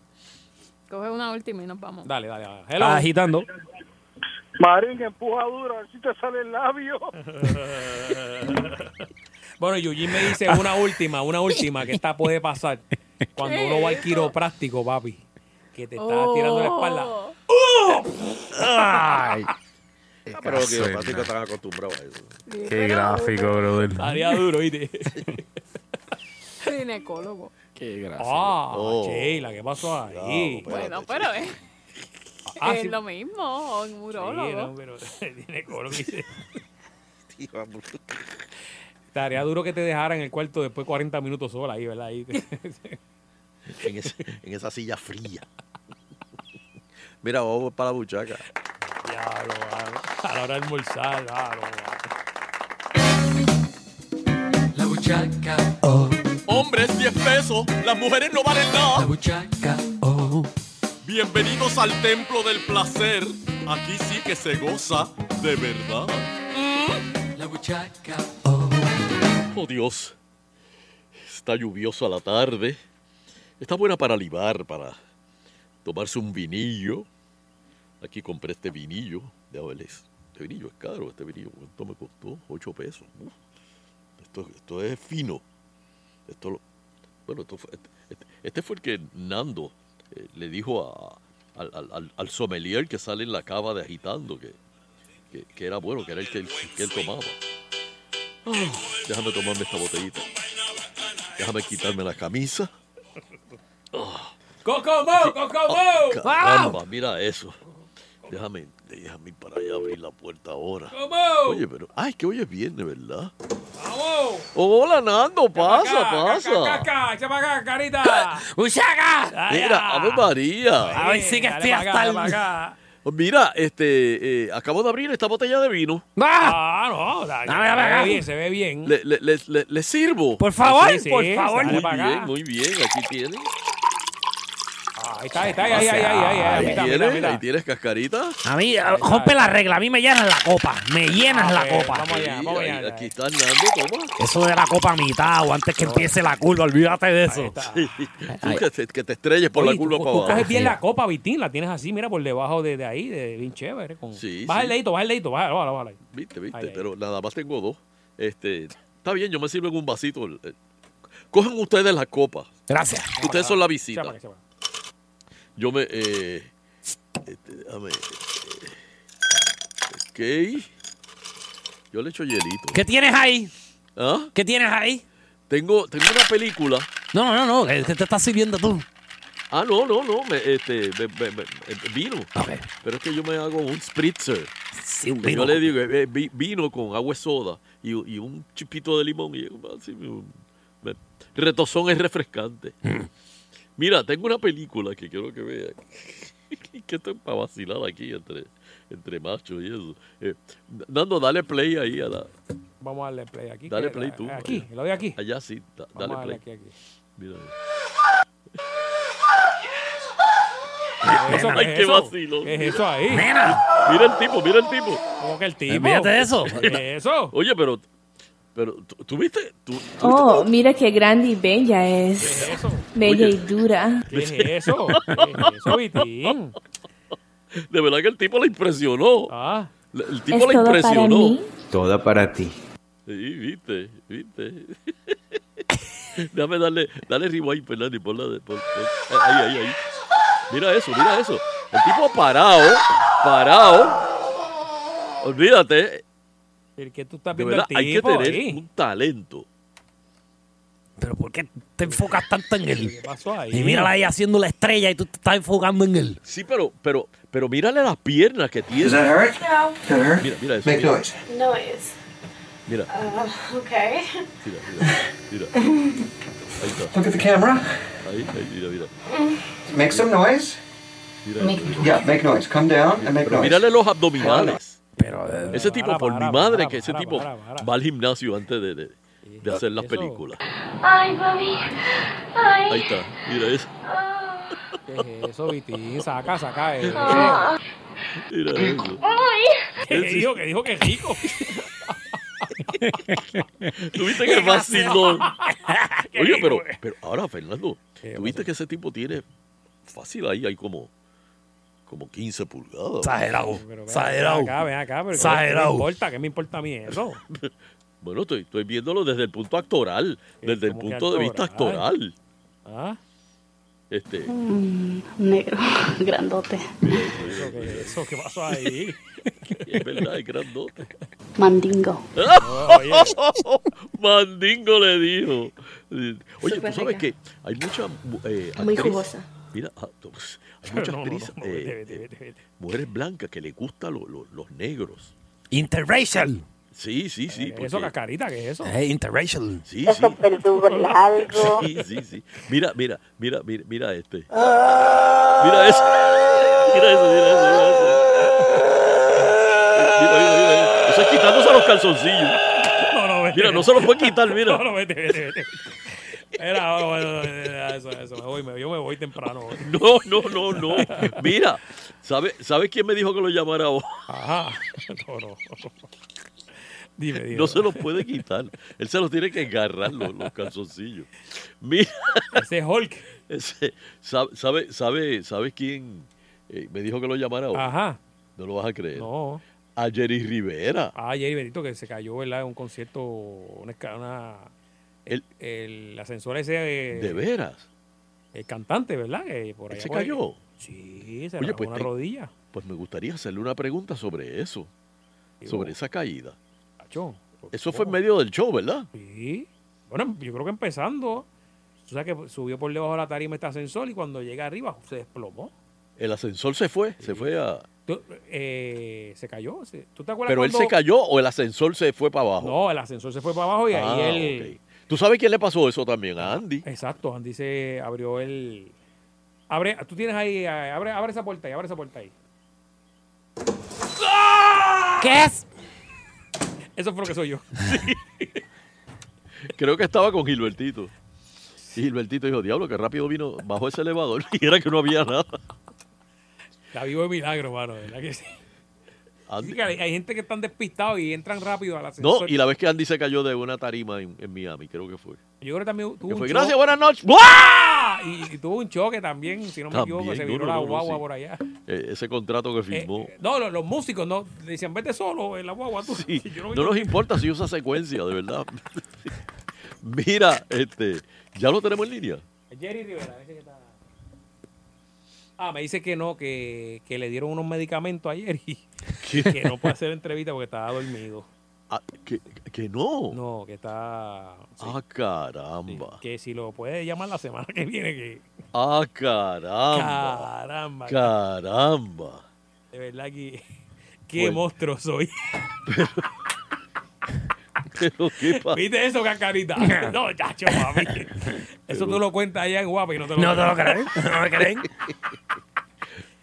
Coge una última y nos vamos.
Dale, dale, dale. Hello.
Está agitando.
Marín, empuja duro, a ver si te sale el labio.
Bueno, Yujin me dice una última, una última, que esta puede pasar. Cuando
¿Qué
uno va al
es eso?
quiropráctico, papi, que te está
Oh.
tirando la espalda. ¡Oh!
Ay.
Ah, pero los
Qué
quiroprácticos
casualidad.
están acostumbrados a eso.
Qué gráfico, brother.
Estaría duro, ¿viste?
Ginecólogo.
Qué gracia.
Ah,
Oh.
Oh.
Sheila, ¿qué pasó ahí?
Bueno, pero es,
Ah,
es
sí.
lo mismo, un
Sí, no,
urólogo.
pero tiene color, dice. Estaría duro que te dejaran en el cuarto después 40 minutos sola ahí, ¿verdad? Ahí.
en, ese- en esa silla fría. Mira, vamos para la buchaca.
Diablo, mano. a la hora de almorzar, claro.
La buchaca.
Oh. Hombres 10 pesos, las mujeres no valen nada. Bienvenidos al templo del placer. Aquí sí que se goza de verdad.
La buchaca.
Oh Dios, está lluviosa la tarde. Está buena para libar, para tomarse un vinillo. Aquí compré este vinillo de Abelés. Este vinillo es caro, este vinillo. ¿Cuánto me costó? Ocho pesos. Uf. Esto, esto es fino. Esto lo- bueno, esto fue- este, este- este fue el que Nando eh, le dijo a- al, al- al- al sommelier que sale en la cava de agitando que, que- que era bueno, que era el que, él- que él tomaba. Ah, déjame tomarme esta botellita. Déjame quitarme la camisa.
¡Coco Mo! ¡Coco
Oh,
Mo!
Ah, Caramba, mira eso. Déjame, déjame ir para allá abrir la puerta ahora.
¿Cómo?
Oye, pero. Ay, que hoy es viernes, ¿verdad?
¡Vamos!
Hola, Nando, pasa,
¡Caca,
pasa.
caca! ¡Echa para acá, carita! ¡Uchaca!
Mira, Ave María.
A ver, sí que estoy hasta el... acá.
Mira, este, eh, acabo de abrir esta botella de vino.
Ah, no, dale,
Dame, dame
se ve
acá.
bien, se ve bien.
Le, le- le- le- le sirvo. Por
favor, Sí, sí, por favor. dale
Muy
para
bien,
acá.
muy bien. Aquí tienes.
Ah, Ahí está, ahí está, ahí, ahí, ahí, ahí, ahí, mira, mira,
tienes,
mira.
Ah, ahí tienes cascarita.
A mí, ah, rompe la regla, a mí me llenas la copa, me llenas
A
Eh,
la
ver,
copa.
Ah, Vamos allá, vamos allá.
Aquí está Nando, toma.
Eso de la copa a mitad o antes que empiece la curva, olvídate de eso.
Tú que, te- que te pues. estrelles por la
Oye,
curva
tú-
para
tú
abajo.
coges bien la copa, Vitín, la tienes así, mira, por debajo de, de ahí, de bien chévere. Con...
Sí,
baja
sí.
el dedito, baja el dedito, baja, baja, baja.
Viste, viste,
Ay, ay.
pero nada más tengo dos. Este, está bien, yo me sirvo en un vasito. el- el- Cojan ustedes las copas.
Gracias.
Ustedes son la visita.
Chapa, chapa.
Yo me. Eh, este, déjame, eh, ok. Yo le echo hielito.
¿Qué tienes ahí?
¿Ah?
¿Qué tienes ahí?
Tengo, tengo una película.
No, no, no, ¿qué te estás sirviendo tú?
Ah, no, no, no. me- este, me- me- me- eh, vino. Pero es que yo me hago un spritzer.
Sí, un
Que
vino.
Yo le digo, eh, eh, vi- vino con agua y soda y, y un chipito de limón. Y yo, así, me- me- retozón es refrescante.
Mm.
Mira, tengo una película que quiero que vean. que esto es para vacilar aquí entre, entre machos y eso. Eh, Nando, dale play ahí a la.
Vamos a darle play aquí.
Dale
que-
play tú.
Aquí,
allá.
lo doy aquí.
Allá sí, da-
Vamos a darle
dale
aquí,
play.
aquí.
Mira.
Eso,
Ay,
¿qué es
qué
eso?
vacilo.
¿Qué es eso ahí?
Mira el tipo, mira el tipo.
¿Cómo que el tipo?
Mírate
¿Qué es eso?
Oye, pero. Pero, ¿tú, tú viste? ¿Tú, tú
Oh, mira qué grande y bella es. Bella y dura.
¿Qué es eso? ¿Qué es eso, Vitín?
De verdad que el tipo la impresionó.
Ah.
La- El tipo la
todo para
impresionó.
mí?
Toda para ti.
Sí, viste, viste. Déjame darle, dale rewind, Fernández, ponla de, pon- pon- ahí, ahí, ahí. Mira eso, mira eso. El tipo parado, parado. Olvídate,
¿El que tú estás
de
viendo el
verdad,
tipo
hay que tener
ahí?
un talento.
Pero ¿por qué te enfocas tanto en él?
¿Qué pasó ahí?
Y mírala ahí haciendo la estrella y tú te estás enfocando en él.
Sí, pero, pero, pero mírale las piernas que tiene.
that hurt?
No.
Mira, mira eso.
Make
mira.
noise.
Noise. Uh,
Mira,
okay.
mira, mira, mira. Ahí está.
Look at the camera.
Ahí, ahí, mira, mira.
Make some noise.
Yeah, make noise. Come down and make
Pero
noise.
mírale los abdominales.
Pero,
ese tipo, por mi madre, que ese tipo va al gimnasio antes de, de- de hacer las películas.
Ay, mami. Ay.
Ahí está, mira eso.
¿Qué es eso, Vitín? Saca, saca. eh.
Ah.
Mira eso.
Ay.
¿Qué dijo? ¿Qué dijo que rico?
¿Tuviste que vacilón? Oye, pero, pero ahora, Fernando, ¿tuviste que ese tipo tiene fácil ahí, hay como, como 15 pulgadas?
Exagerado,
Pero ven
exagerado,
Acá, ven acá, pero ¿qué me
exagerado.
importa? ¿Qué me importa a mí eso?
Bueno, estoy, estoy viéndolo desde el punto actoral, desde el
¿Cómo que
punto de vista actoral.
actoral? ¿Ah?
Este,
negro, grandote.
¿Eso qué, eso, ¿Qué pasó ahí?
es verdad, es grandote.
Mandingo.
Mandingo le dijo. Oye,
Súper
tú sabes
rica.
que hay mucha. eh,
Muy
actriz-
jugosa.
Mira, ah, tú- hay muchas
No, no,
actrices,
no, no,
eh,
vete, vete,
eh,
vete, vete.
mujeres blancas que les gustan lo- lo- los negros.
Interracial.
Sí, sí, sí.
¿Qué es Eh, eso,
porque-
cascarita? ¿Qué es eso?
Eh, interracial.
Sí, sí.
verdugos largos.
Sí, sí, sí. Mira, mira, mira, mira, mira este.
Ah.
Mira eso. Mira eso, mira eso, mira eso. Mira, mira, mira, mira. Eso es quitándose los calzoncillos.
No, no, vete,
Mira, no
vete.
se los puede quitar, mira.
No, no, vete, vete, vete. Era, bueno, bueno, era eso, eso. Me voy, me- yo me voy temprano. hoy.
No, no, no, no. Mira, ¿sabes sabe quién me dijo que lo llamara vos?
Ajá. No, no. Ah, Dime, dime.
No se los puede quitar. Él se los tiene que agarrar los, los calzoncillos. Mira.
Ese Hulk.
¿Sabes sabe, sabe, sabe quién eh, me dijo que lo llamara vos?
Ajá.
No lo vas a creer.
No.
A Jerry Rivera.
Ah, Jerry Benito que se cayó, ¿verdad? En un concierto, una, esca- una el, el ascensor ese. eh,
¿De veras?
El cantante, ¿verdad? Que por
¿Él
allá
se
por-
cayó?
Sí, se
Oye,
rajó
pues
una
te-
rodilla.
Pues me gustaría hacerle una pregunta sobre eso. Sobre esa caída.
Cacho.
Eso fue en medio del show, ¿verdad?
Sí. Bueno, yo creo que empezando, tú sabes que subió por debajo de la tarima este ascensor y cuando llega arriba se desplomó.
El ascensor se fue, se fue a...
Tú- eh, se cayó. se- ¿Tú te acuerdas
Pero él
cuando-
se cayó o el ascensor se fue para abajo.
No, el ascensor se fue para abajo y ahí
Ah,
él.
ok. ¿Tú sabes quién le pasó eso también? A Andy.
Exacto, Andy se abrió el. Abre, tú tienes ahí, eh, abre, abre esa puerta ahí, abre esa puerta ahí.
¿Qué es?
¡Ah! Eso fue lo que soy yo.
Creo que estaba con Gilbertito. Y Gilbertito dijo, diablo, que rápido vino, bajó ese elevador y era que no había nada.
La vivo de milagro, mano, de ¿verdad que sí? Sí, que hay, hay gente que están despistados y entran rápido al ascensor.
No, y la vez que Andy se cayó de una tarima en, en Miami, creo que fue.
Yo creo que también tuvo
Que
un
fue,
choque.
"Gracias, buenas noches".
¡Buah! Y, y tuvo un choque también, si no me
También,
equivoco, se
no,
viró
no,
la
no, no,
guagua
sí.
por allá. Eh,
Eh, ese contrato que firmó.
No, los, los músicos no le decían, vete solo en la guagua tú.
Sí,
Yo
no
vi-
nos importa si usa secuencia, de verdad. Mira, este, ya lo tenemos en línea.
Jerry Rivera, ese que está. Ah, me dice que no, que, que le dieron unos medicamentos ayer y que no puede hacer entrevista porque estaba dormido.
Ah, que, que no.
No, que está. sí,
Ah, caramba.
que si lo puede llamar la semana que viene, que
Ah, caramba.
Caramba.
Caramba.
de verdad que. Qué
Bueno.
monstruo soy.
Pero qué pasa.
¿Viste eso, cacarita? No, chacho, papi. Eso tú lo cuentas allá en Guapa y no te lo
No te lo creen, no me creen.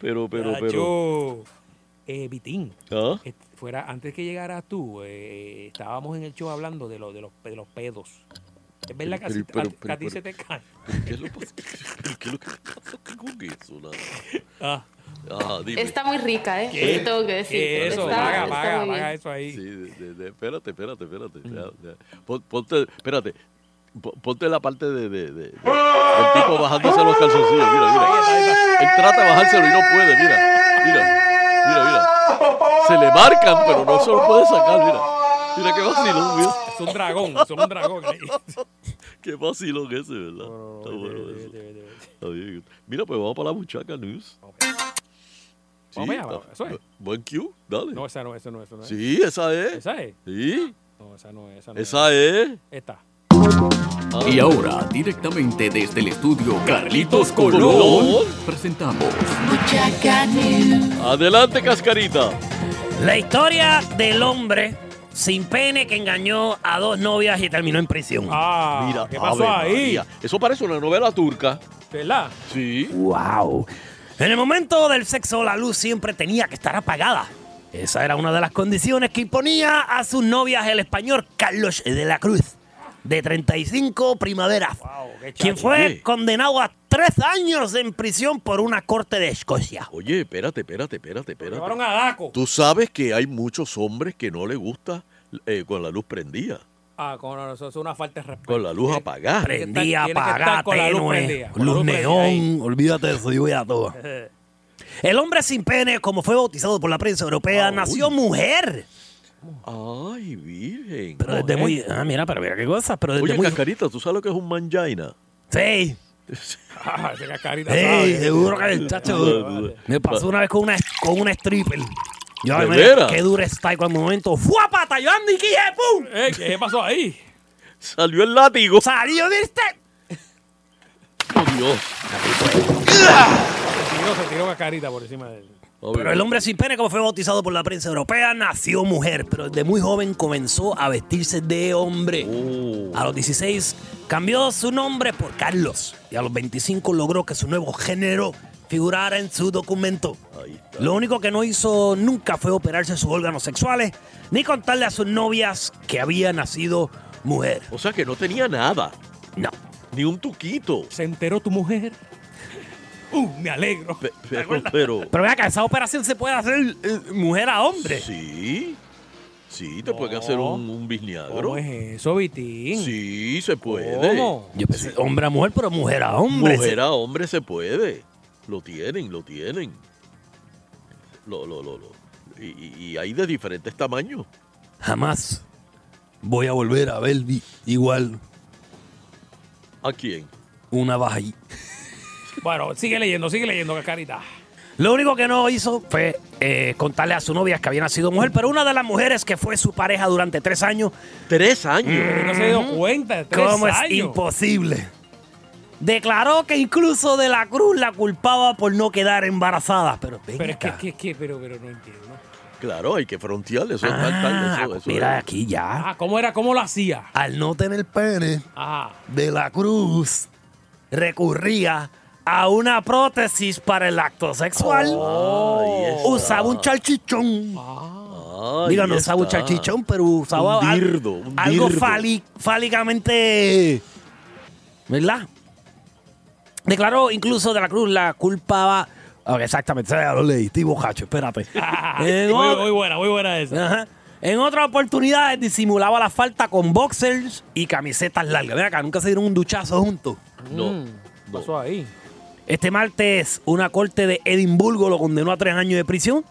Pero, pero, pero.
Chacho. Eh, Vitín.
¿Ah?
fuera antes que llegaras tú eh, estábamos en el show hablando de, lo- de los de los pedos es verdad que a ti-
Pero, pero,
a- que a ti
pero,
se te cae
pero, ¿Qué es lo pas- pero, ¿qué es lo que pasa con eso? nada?
Ah.
dime.
Está muy rica, ¿eh? Eso tengo que decir. Está- está muy bien.
eso ahí.
Sí, de- de- de- espérate, espérate, espérate. ya, ya. Pon- Ponte, espérate. Po- Ponte la parte de, de, de- de- del tipo bajándose los calzoncillos. Mira, mira. Él trata de bajárselo y no puede. Mira, mira, mira, mira. Se le marcan, pero no se lo puede sacar. Mira, mira qué vacilón. Mira.
Es un dragón, es un dragón.
Qué vacilón ese, ¿verdad? Está bueno eso. Está bien. Mira, pues vamos para la muchaca news. Sí,
Vamos allá,
está-
vamos, eso es.
Buen cue, dale.
no esa no esa no esa no es.
Sí, esa es.
esa es
Sí.
no esa no es esa no
Esa es. Ah.
esta
Y ahora, directamente desde el estudio Carlitos Colón, presentamos
Adelante, cascarita.
La historia del hombre sin pene que engañó a dos novias y terminó en prisión.
Ah,
Mira,
¿qué
Ave María. Eso parece una novela turca.
¿Verdad?
Sí.
Wow. En el momento del sexo, la luz siempre tenía que estar apagada. Esa era una de las condiciones que imponía a sus novias el español Carlos de la Cruz, de 35 primaveras, quien fue condenado a tres años en prisión por una corte de Escocia.
Oye, espérate, espérate, espérate, espérate.
Llevaron a Daco.
Tú sabes que hay muchos hombres que no les gusta eh, con la luz prendida,
Ah, con eso es una falta de respeto.
con la luz apagada.
Prendí,
Eh, Tiene que estar
apagá,
con la luz
tenue,
prendida, con la
luz
luz prendida
neón, olvídate de eso, yo voy a todo. El hombre sin pene, como fue bautizado por la prensa europea,
Ah,
nació mujer.
Ay, virgen.
Pero desde muy... Ah, mira, pero mira qué cosas, pero desde
Oye,
muy...
Cascarita, ¿tú sabes lo que es un mangina?
Sí.
Ah, esa cascarita
Ey,
sabe.
seguro que el chacho me pasó una vez con una, con una stripper. Yo,
¿De
me-
veras?
qué dura está y cuando un momento ¡fua pata! Yo ando y quije, ¡pum!
Eh, ¿Qué pasó ahí?
Salió el látigo.
¡Salió de este!
¡Oh, Dios!
Se tiró, se tiró cascarita por encima de él.
Pero el hombre sin pene, como fue bautizado por la prensa europea, nació mujer, pero desde muy joven comenzó a vestirse de hombre.
Oh.
A los 16 cambió su nombre por Carlos y a los 25 logró que su nuevo género figurara en su documento. Lo único que no hizo nunca fue operarse sus órganos sexuales ni contarle a sus novias que había nacido mujer.
O sea que no tenía nada.
No.
Ni un tuquito.
Se enteró tu mujer. Uh, me alegro.
Pero, pero.
Pero vea que esa operación se puede hacer eh, mujer a hombre.
Sí. Sí, te pueden hacer un, un bisniagro.
¿Cómo es eso, Vitín?
Sí, se puede.
¿Cómo?
Yo pensé, hombre a mujer, pero mujer a hombre.
Mujer a hombre se puede. Lo tienen, lo tienen. Lo, lo, lo, lo. Y, y- y hay de diferentes tamaños.
Jamás voy a volver a ver vi- igual
¿A quién?
una bají.
Bueno, sigue leyendo, sigue leyendo, cascarita.
Lo único que no hizo fue eh, contarle a su novia que había nacido mujer, pero una de las mujeres que fue su pareja durante tres años. Mm.
¿Tres años?
No se dio cuenta de tres
¿Cómo es
años.
imposible? Declaró que incluso de la Cruz la culpaba por no quedar embarazada. Pero, ven
Pero es que,
acá.
que, que- pero, pero no entiendo.
Claro, hay que frontear eso. es tal,
Ah,
tal, eso- eso
mira
es.
aquí ya.
Ah, ¿cómo era? ¿Cómo lo hacía?
Al no tener pene,
Ajá.
de la Cruz recurría a una prótesis para el acto sexual.
Oh.
usaba un chalchichón.
Ah.
Ahí
Diga, no usaba un
está.
chalchichón, pero usaba
Un
al-
dirdo, un
algo
dirdo.
fali- fálicamente. ¿Verdad? Declaró incluso de la Cruz la culpaba. Ah, exactamente, lo leíste, bocacho, espérate. En
muy,
o-
muy buena, muy buena esa.
Ajá. En otras oportunidades disimulaba la falta con boxers y camisetas largas. Ven acá, nunca se dieron un duchazo juntos.
No,
Mm, Pasó ahí.
Este martes, una corte de Edimburgo lo condenó a tres años de prisión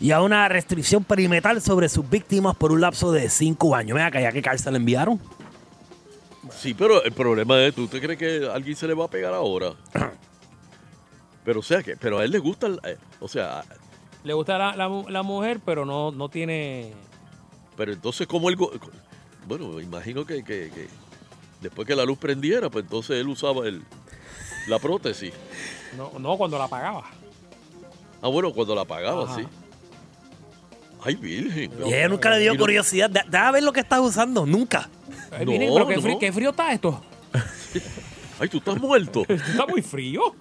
y a una restricción perimetral sobre sus víctimas por un lapso de cinco años. Ven acá, ¿ya qué cárcel le enviaron?
Sí, pero el problema es, ¿tú te crees que alguien se le va a pegar ahora? pero o sea que, pero a él le gusta, el- eh, o sea,
Le gusta la, la, mu- la mujer, pero no, no tiene.
pero entonces cómo él, go- bueno, me imagino que, que- que después que la luz prendiera, pues entonces él usaba el la prótesis.
No, no cuando la pagaba.
Ah, bueno, cuando la apagaba,
Ajá.
sí. Ay, virgen.
y ella Eh, nunca le dio
Y no-
curiosidad. Da- Deja ver lo que estás usando, nunca.
Ay,
No,
Vinín, pero qué,
no.
frío, qué frío está esto.
Ay, tú estás muerto.
Está muy frío.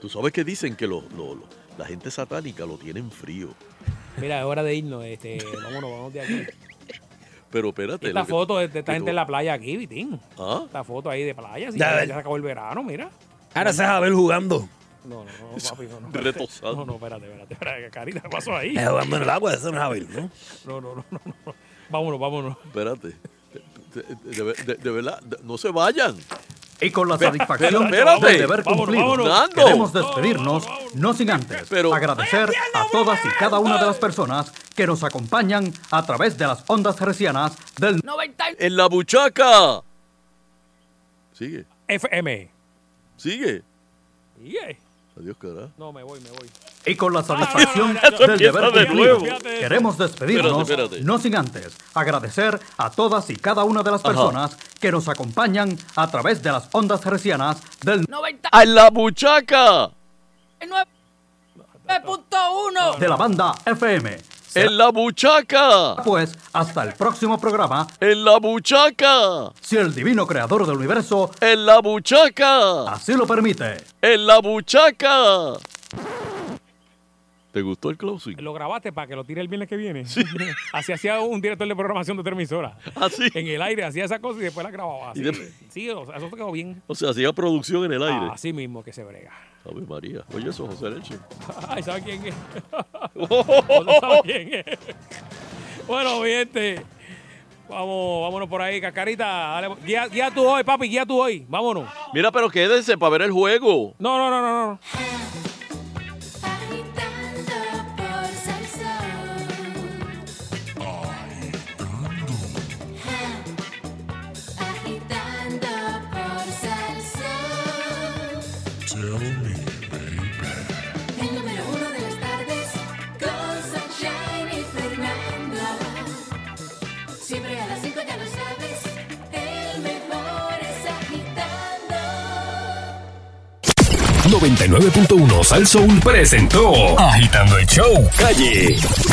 tú sabes que dicen que los- los- los- la gente satánica lo tienen frío.
Mira, es hora de irnos. Este, vámonos, vámonos de aquí.
Pero espérate.
Esta
lo que-
foto de, de esta
que
gente
tú-
en la playa aquí, Vitín.
Ah,
Esta foto ahí de playa. Si
Ya
ya,
ves.
ya se acabó el verano, mira.
Ahora se deja ver jugando.
No, no, no, papi, no. no
Retosado.
No, no, espérate, espérate. espérate carita, ¿qué pasó ahí?
Eh, jugando en el agua, eso no es a ver, ¿no?
No, no, no, no. no. Vámonos, vámonos.
espérate. De, de- de- de verdad, de- no se vayan.
Y con la satisfacción
Pero, espérate.
del deber
Vámonos,
cumplido,
vámonos.
queremos despedirnos, no sin antes
Pero-
agradecer a todas y cada una de las personas que nos acompañan a través de las ondas hercianas del
En la buchaca. Sigue,
FM.
sigue. Eh.
Yeah.
Adiós, carajo.
No, me voy, me voy.
Y con la satisfacción
no, no, no, eso
del
empieza
deber
de
cumplido,
nuevo. Fíjate eso.
queremos despedirnos,
Espérate, espérate.
no sin antes agradecer a todas y cada una de las personas que nos acompañan a través de las ondas hercianas del
¡A la buchaca!
de la banda FM
En la buchaca.
Pues hasta el próximo programa.
En la buchaca.
Si el divino creador del universo.
En la buchaca.
Así lo permite.
En la buchaca. ¿Te gustó el closing?
Lo grabaste para que lo tire el viernes que viene. Así hacía un director de programación de otra emisora.
Así.
En el aire hacía esa cosa y después la grababa. Así.
Ah, Y después-
Sí, o sea, eso te quedó bien.
O sea, hacía producción en el aire.
Así mismo Ah, que se brega.
Ave María. Oye, eso José Leche.
Ay, ¿sabes quién es? No sabe quién es. Bueno, mi gente, vamos, vámonos por ahí, cascarita. Dale, guía, guía tú hoy, papi, guía tú hoy. Vámonos.
Mira, pero quédense para ver el juego.
No, no, no, no. no.
El número uno de las tardes, con Sunshine y Fernando. Siempre a las cinco ya lo sabes, el mejor es agitando.
99.1 Sal Soul presentó Agitando el Show Calle.